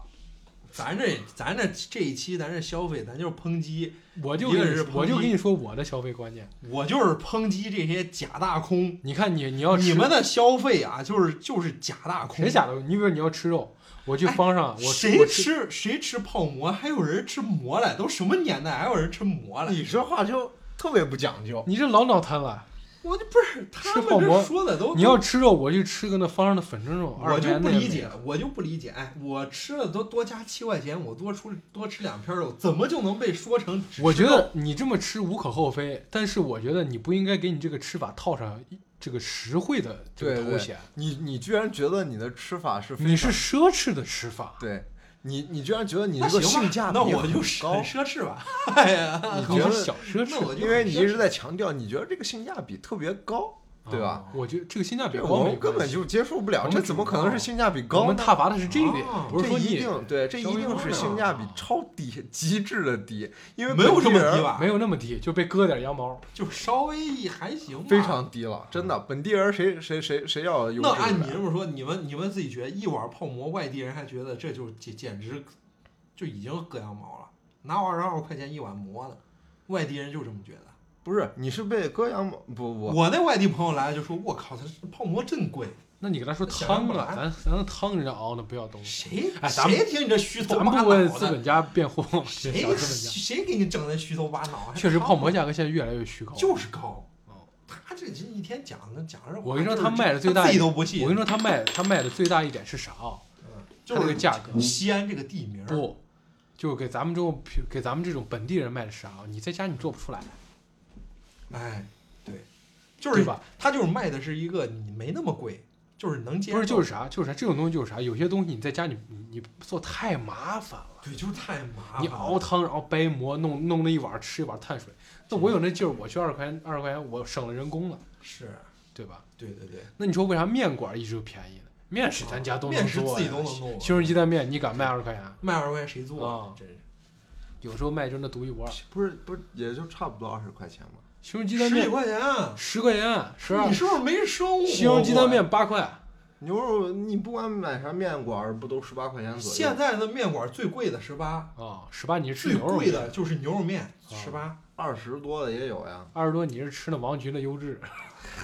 S1: 咱这咱这这一期咱这消费，咱就是抨击，
S2: 我就
S1: 一个
S2: 跟你
S1: 是
S2: 说我
S1: 抨
S2: 就
S1: 击
S2: 跟你说我的消费观念。
S1: 我就是抨击这些假大空。
S2: 你看你你要吃
S1: 你们的消费啊，就是就是假大空。
S2: 哦谁假的？你比如你要吃肉，我
S3: 哎
S2: 去方上，我吃
S1: 谁
S2: 我吃
S1: 吃谁吃泡馍？还有人吃馍来？都什么年代还有人吃馍来？
S3: 你这话就特别不讲究。
S2: 你这老脑瘫了。
S1: 我就不是他
S2: 泡
S1: 们
S2: 馍
S1: 这说的都
S2: 你要吃肉，我去吃个那方上的粉蒸肉，
S1: 我就
S2: 25
S1: 不
S2: 那
S1: 理
S2: 个
S1: 解，我就不理解。哎，我吃了多多加七块钱，我多出多吃两片肉，怎么就能被说成只吃
S2: 我觉
S1: 肉
S2: 得你这么吃无可厚非，但是我觉得你不应该给你这个吃法套上一这个实惠的这个
S3: 对
S2: 头
S3: 对
S2: 衔，
S3: 你你居然觉得你的吃法是非
S2: 你
S3: 常
S2: 是奢侈的吃法。
S3: 对你你居然觉得你
S1: 那
S3: 这个
S1: 行吧
S3: 性价比
S1: 那我
S3: 很
S1: 就是
S3: 高
S1: 很，奢侈吧？哎呀，
S2: 你是
S3: 觉得
S2: 小奢
S1: 那我
S2: 侈，
S1: 就
S3: 因为你一
S1: 很奢
S3: 直在强调你觉得这个性价比特别高，对吧？
S2: 啊？我觉得这个性价比
S3: 这
S2: 高，
S3: 我们根本就接受不
S2: 我
S3: 了，
S2: 们
S3: 这
S2: 只
S3: 怎么
S1: 啊
S3: 可能是性价比
S2: 我
S3: 高
S2: 们
S3: 呢？啊
S2: 踏伐的是这一点
S1: 哦，
S2: 不是
S3: 这
S2: 说
S3: 一
S2: 你
S3: 定对，这一
S2: 稍微
S3: 定
S2: 高
S3: 是
S2: 点
S3: 性
S2: 儿
S3: 价比超低，极致的低，因为
S1: 啊没有
S3: 本
S1: 这
S3: 地
S1: 么
S3: 人
S1: 低吧？
S2: 没有那么低，就被割点羊毛。
S1: 就稍微还行吧。
S3: 非。常低了，真的，本地人谁谁谁谁要有
S1: 嗯那
S3: 这个
S1: 按你
S3: 感
S1: 这么说，你们你们自己觉得一碗泡馍，外地人还觉得这就简简直就已经割羊毛了，哪有二十二块钱一碗馍的？外地人就这么觉得。
S3: 不是你是被割羊毛？不不不，
S1: 我那外地朋友来了就说：“我靠，他这泡馍真贵，
S2: 那你给他说
S1: 想象
S2: 汤
S1: 不
S2: 啊，
S1: 来
S2: 咱咱的汤人家熬的不要
S3: 嗯
S2: 东西，
S1: 谁
S2: 哎咱们
S1: 谁听你这虚头
S2: 咱
S1: 巴
S2: 不为
S1: 脑
S2: 资
S1: 的？
S2: 本家辩护，小
S1: 谁
S2: 资本
S1: 哎
S2: 家。
S1: 谁给你整的虚头巴脑？还
S2: 确实，
S1: 他
S2: 泡馍价格现在越来越虚高。
S1: 就是高嗯
S2: 哦。
S1: 他这这一天讲的讲这话，
S2: 我跟你说，
S1: 就是
S2: 他卖的最大
S1: 自
S2: 一
S1: 己
S2: 点，
S1: 都不信。
S2: 我跟你说，他卖他卖的最大一点是啥啊？
S1: 就
S2: 他这
S1: 是
S2: 个价格
S1: 西安这个地名儿，
S2: 不，就给咱们这种给咱们这种本地人卖的是啥啊？你在家你做不出来，
S1: 哎，对，就
S2: 对
S1: 是
S2: 吧？
S1: 他就是卖的是一个你没那么贵，就是能接受，
S2: 不是就是啥，就是啥，这种东西就是啥，有些东西你在家你你你做太麻烦了。
S1: 对，就是太麻烦了。
S2: 你熬汤，然后掰馍，弄弄了一碗，吃一碗碳水。那我有那劲儿，我去二十块钱，二十块钱我省了人工了，
S1: 是，
S2: 对吧？
S1: 对对对，
S2: 那你说为啥面馆一直都便宜呢？面是咱家都能
S1: 啊面食
S2: 做
S1: 自己
S2: 呀
S1: 都能弄啊，
S2: 西红柿鸡蛋面你敢卖二十块钱？
S1: 卖二十块钱谁做
S2: 啊
S1: 真是
S2: 有时候卖就那独一无二。
S3: 不是不是，也就差不多二十块钱吧。
S2: 西红柿鸡蛋
S1: 十几
S2: 面
S1: 块钱啊，
S2: 十块钱，十二
S1: 你。是不是没生活？
S2: 西红柿鸡蛋。面八块，啊
S3: 牛肉你不管买啥面馆儿，不都十八块钱左右？
S1: 现在的面馆最贵的十八，
S2: 啊，十八你是吃
S1: 最
S2: 牛肉
S1: 贵
S2: 面，啊
S1: 的就是牛肉面十八。
S3: 二十多的也有呀。
S2: 二十多你是吃那王菊的优质。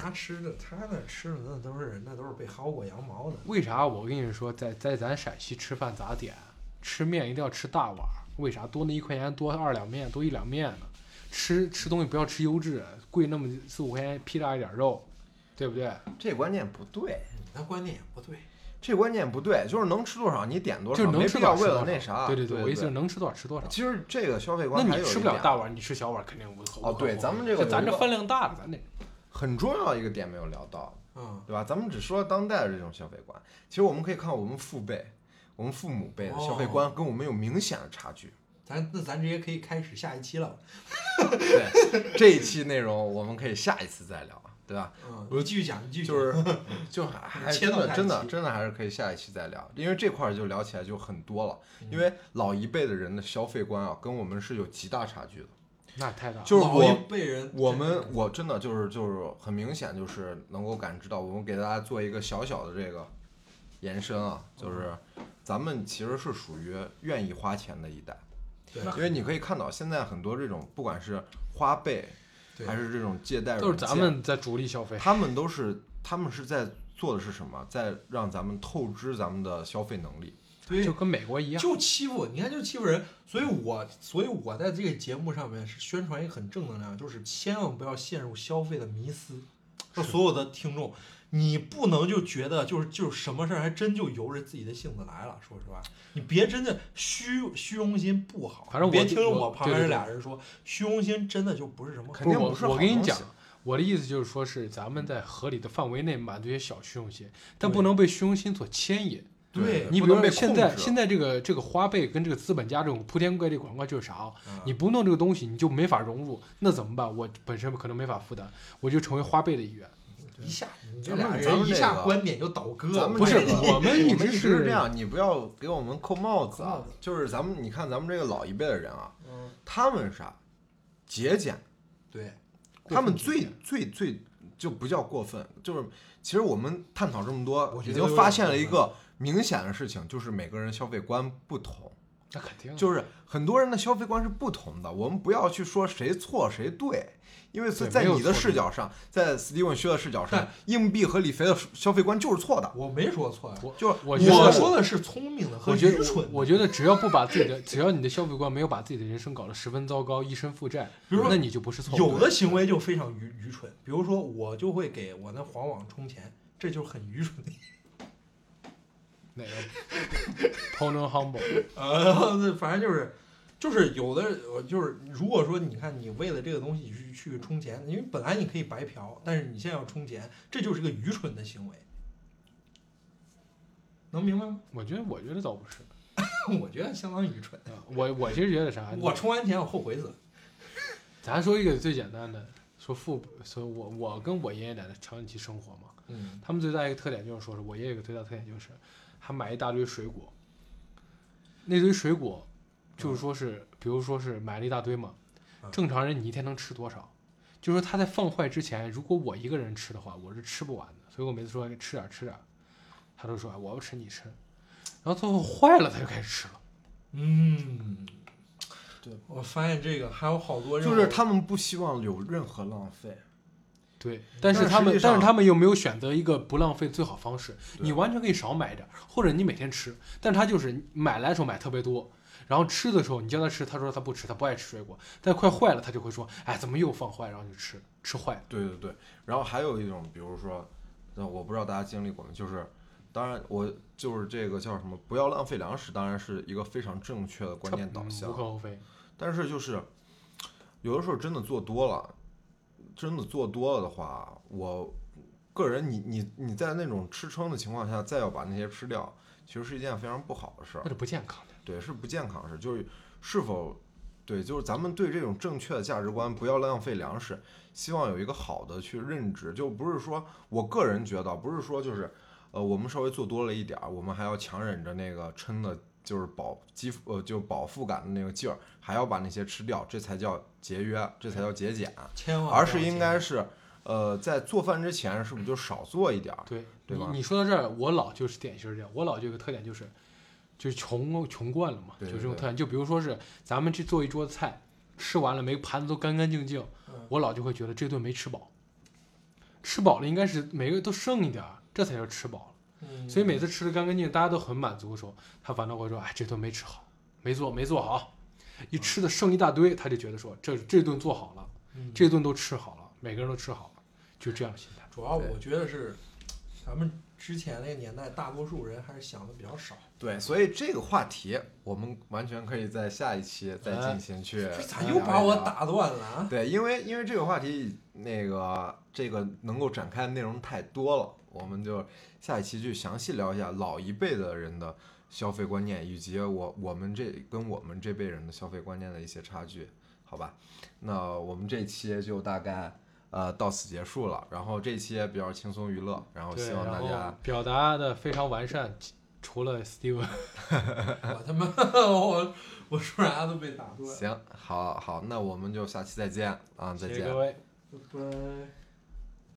S1: 他吃的，他那吃的那都是那都是被薅过羊毛的。
S2: 为啥我跟你说，在在咱陕西吃饭咋点？吃面一定要吃大碗儿，为啥多那一块钱多二两面多一两面呢？吃吃东西不要吃优质，贵那么四五块钱劈叉一点肉，对不对？
S3: 这观念不对，
S1: 你那观念也不对，
S3: 这观念不对，就是能吃多少你点多
S2: 就
S3: 少，
S2: 是能
S3: 没
S2: 吃
S3: 必
S2: 多少
S3: 要
S2: 吃
S3: 为
S2: 多少。
S3: 了那啥。
S2: 对
S3: 对
S2: 对我意思是能吃多少吃多少。
S3: 其实这个消费
S2: 那
S3: 观还
S2: 你
S3: 有
S2: 吃
S3: 一
S2: 不了
S3: 点
S2: 大碗，你吃小碗肯定无所
S3: 哦，对，咱们这个
S2: 就咱
S3: 有一
S2: 这
S3: 个
S2: 饭量大了，咱这
S3: 很重要一个点没有聊到，
S1: 嗯，
S3: 对吧？咱们只说当代的这种消费观，其实我们可以看我们父辈、我们父母辈的
S2: 哦
S3: 消费观跟我们有明显的差距。
S1: 咱那咱直接可以开始下一期了。
S3: 对，这一期内容我们可以下一次再聊，对吧？
S1: 嗯，你继续讲，你继续讲。
S3: 就是就还
S1: 切
S3: 真
S1: 到下
S3: 的
S1: 一
S3: 真的
S1: 期
S3: 真的还是可以下一期再聊，因为这块儿就聊起来就很多了。
S1: 嗯
S3: 因为老一辈的人的消费观啊，跟我们是有极大差距的。
S2: 那太大了。
S3: 就是
S1: 老
S3: 我
S1: 一辈人，
S3: 我们我真的就是就是很明显就是能够感知到，我们给大家做一个小小的这个延伸啊，就是咱们其实是属于愿意花钱的一代，
S1: 对
S3: 因为你可以看到现在很多这种不管是花呗
S1: 对
S3: 还是这种借贷
S2: 都
S3: 软
S2: 是
S3: 件，
S2: 咱们在主力消费，
S3: 他们都是他们是在做的是什么，在让咱们透支咱们的消费能力。
S1: 对
S2: 就跟美国一样。
S1: 就欺负，你看就欺负人，所以我所以我在这个节目上面是宣传一个很正能量，就是千万不要陷入消费的迷思。说所有的听众，你不能就觉得就是就是什么事儿还真就由着自己的性子来了。说实话，你别真的虚虚荣心不好。
S2: 反正
S1: 你别
S2: 我
S1: 听
S2: 我
S1: 旁
S2: 对
S1: 边这
S2: 对对
S1: 俩人说虚荣心真的就不是什么好。
S3: 肯
S2: 不
S3: 定
S2: 我
S3: 不是
S2: 我
S3: 好
S2: 跟你
S3: 东西
S2: 讲，我的意思就是说是咱们在合理的范围内满足一些小虚荣心，但
S1: 对
S2: 不能被虚荣心所牵引。
S1: 对，
S2: 你比
S3: 不
S2: 如
S3: 能
S2: 说
S3: 被
S2: 现
S3: 控
S2: 在
S3: 制
S2: 现在这个这个花呗跟这个资本家这种铺天盖地广告就是啥啊？
S3: 嗯
S1: 啊
S2: 你不弄这个东西，你就没法融入，那怎么办？我本身可能没法负担，我就成为花呗的一员。
S1: 一下你这
S3: 咱们
S1: 俩
S3: 咱
S1: 人
S3: 们
S1: 一
S3: 这
S1: 下
S3: 个
S1: 观点就倒戈
S3: 咱
S1: 了。
S3: 们
S2: 不是
S3: 这个
S2: 我们一
S3: 我们
S2: 直
S3: 一直
S2: 是
S3: 是这样，你不要给我们扣帽子
S1: 扣
S3: 啊
S1: 帽子！
S3: 就是咱们，你看咱们这个老一辈的人啊，
S1: 嗯，
S3: 他们啥节俭，
S1: 对，
S2: 过分
S3: 他们
S2: 节
S3: 最
S2: 俭
S3: 最最就不叫过分，就是其实我们探讨这么多
S1: 我，觉
S3: 已
S1: 得有点
S3: 经发现了一
S1: 过
S3: 个明显的事情，就是每个人消费观不同。
S2: 那肯定啊
S3: 就是很多人的消费观是不同的，我们不要去说谁错谁对，因为
S2: 对
S3: 在
S2: 没有
S3: 你的
S2: 错
S3: 视角上，在 Steven 薛的视角上
S1: 但，
S3: 硬币和李肥的消费观就是错的，
S1: 我没说错呀，
S2: 我
S3: 就是
S2: 我觉得
S1: 我说的是聪明的和
S2: 我
S1: 愚
S2: 觉得
S1: 蠢的。
S2: 我觉得只要不把自己的，只要你的消费观没有把自己的人生搞得十分糟糕，一身负债，
S1: 比如说
S2: 那你就不是错误
S1: 有的行为就非常愚愚蠢，比如说我就会给我那黄网充钱，这就是很愚蠢的。
S2: 哪个 p o n o humble，
S1: 呃，那反正就是，就是有的呃就是，如果说你看你为了这个东西去去充钱，因为本来你可以白嫖，但是你现在要充钱，这就是个愚蠢的行为。能明白吗？
S2: 我觉得我觉得倒不是，
S1: 我觉得相当愚蠢。
S2: 啊我我其实觉得啥，
S1: 我充完钱我后悔死。
S2: 咱说一个最简单的，说父说我我跟我爷爷奶奶长期生活嘛，
S1: 嗯，
S2: 他们最大一个特点就是说是我爷爷有个最大特点就是，还买一大堆水果，那堆水果就是说是，比如说是买了一大堆嘛
S1: 嗯，
S2: 正常人你一天能吃多少？就说他在放坏之前，如果我一个人吃的话，我是吃不完的，所以我每次说吃点儿吃点儿，他都说哎我不吃你吃，然后最后坏了他就开始吃了，
S1: 嗯，
S3: 对，
S1: 我发现这个还有好多
S3: 就
S1: 任
S3: 是
S1: 务
S3: 他们不希望有任何浪费。
S2: 对，但是
S3: 但
S2: 他
S3: 实
S2: 们
S3: 际
S2: 但是
S3: 上
S2: 他们又没有选择一个不浪费最好方式，
S3: 对
S2: 你完全可以少买一点儿，或者你每天吃，但他就是买来的时候买特别多，然后吃的时候你叫他吃，他说他不吃，他不爱吃水果，但快坏了他就会说，哎，怎么又放坏，然后就吃，吃坏了，
S3: 对对对，然后还有一种，比如说，那我不知道大家经历过没，就是，当然我就是这个叫什么，不要浪费粮食，当然是一个非常正确的观
S2: 他
S3: 念导
S2: 嗯
S3: 向
S2: 无可，厚非，
S3: 但是就是有的时候真的做多了，真的做多了的话，我个人你你你在那种吃撑的情况下，再要把那些吃掉，其实是一件非常不好的事儿
S2: 那。是不健康的。
S3: 对，是不健康的事，就是是否对，就是咱们对这种正确的价值观，不要浪费粮食，希望有一个好的去认知，就不是说我个人觉得，不是说就是呃，我们稍微做多了一点儿，我们还要强忍着那个撑的，就是饱饥呃，就饱腹感的那个劲儿，还要把那些吃掉，这才叫节约，这才叫节俭，
S1: 千万
S3: 而
S1: 不要
S3: 是应
S1: 节
S3: 该是呃，在做饭之前是不是就少做一点儿？
S2: 对，
S3: 啊对吧
S2: 你你说到这儿，我老就是典型儿这样，我老就有个特点就是，就是穷穷惯了嘛，
S3: 对
S2: 就
S3: 对
S2: 这种
S3: 对
S2: 特点。就比如说是咱们去做一桌菜，吃完了每个盘子都干干净净，
S1: 嗯
S2: 我老就会觉得这顿没吃饱，吃饱了应该是每个都剩一点儿，这才叫吃饱了。
S1: 嗯
S2: 所以每次吃的干干净，大家都很满足的时候，他反倒会说，哎，这顿没吃好，没做没做好，一
S3: 嗯
S2: 吃的剩一大堆，他就觉得说这这顿做好了，
S1: 嗯
S2: 这顿都吃好了，每个人都吃好了，就这样的心态。
S1: 主要
S3: 对
S1: 我觉得是，咱们之前那个年代，大多数人还是想的比较少。
S3: 对，所以这个话题我们完全可以在下一期再
S2: 哎
S3: 进行去聊一呃
S1: 这
S3: 聊。
S1: 咋又把我打断了啊？
S3: 对，因为因为这个话题，那个这个能够展开的内容太多了，我们就下一期去详细聊一下老一辈的人的消费观念，以及我我们这跟我们这辈人的消费观念的一些差距，好吧？那我们这期就大概呃到此结束了，然后这期也比较轻松娱乐，然后
S2: 对，
S3: 希望
S2: 然
S3: 大
S2: 后
S3: 家
S2: 表达的非常完善，除了 Steven，
S1: 我他妈， 我我说啥都被打断。
S3: 行，好好，那我们就下期再见啊，再
S2: 谢
S3: 见
S2: 谢。各位。
S1: 拜拜。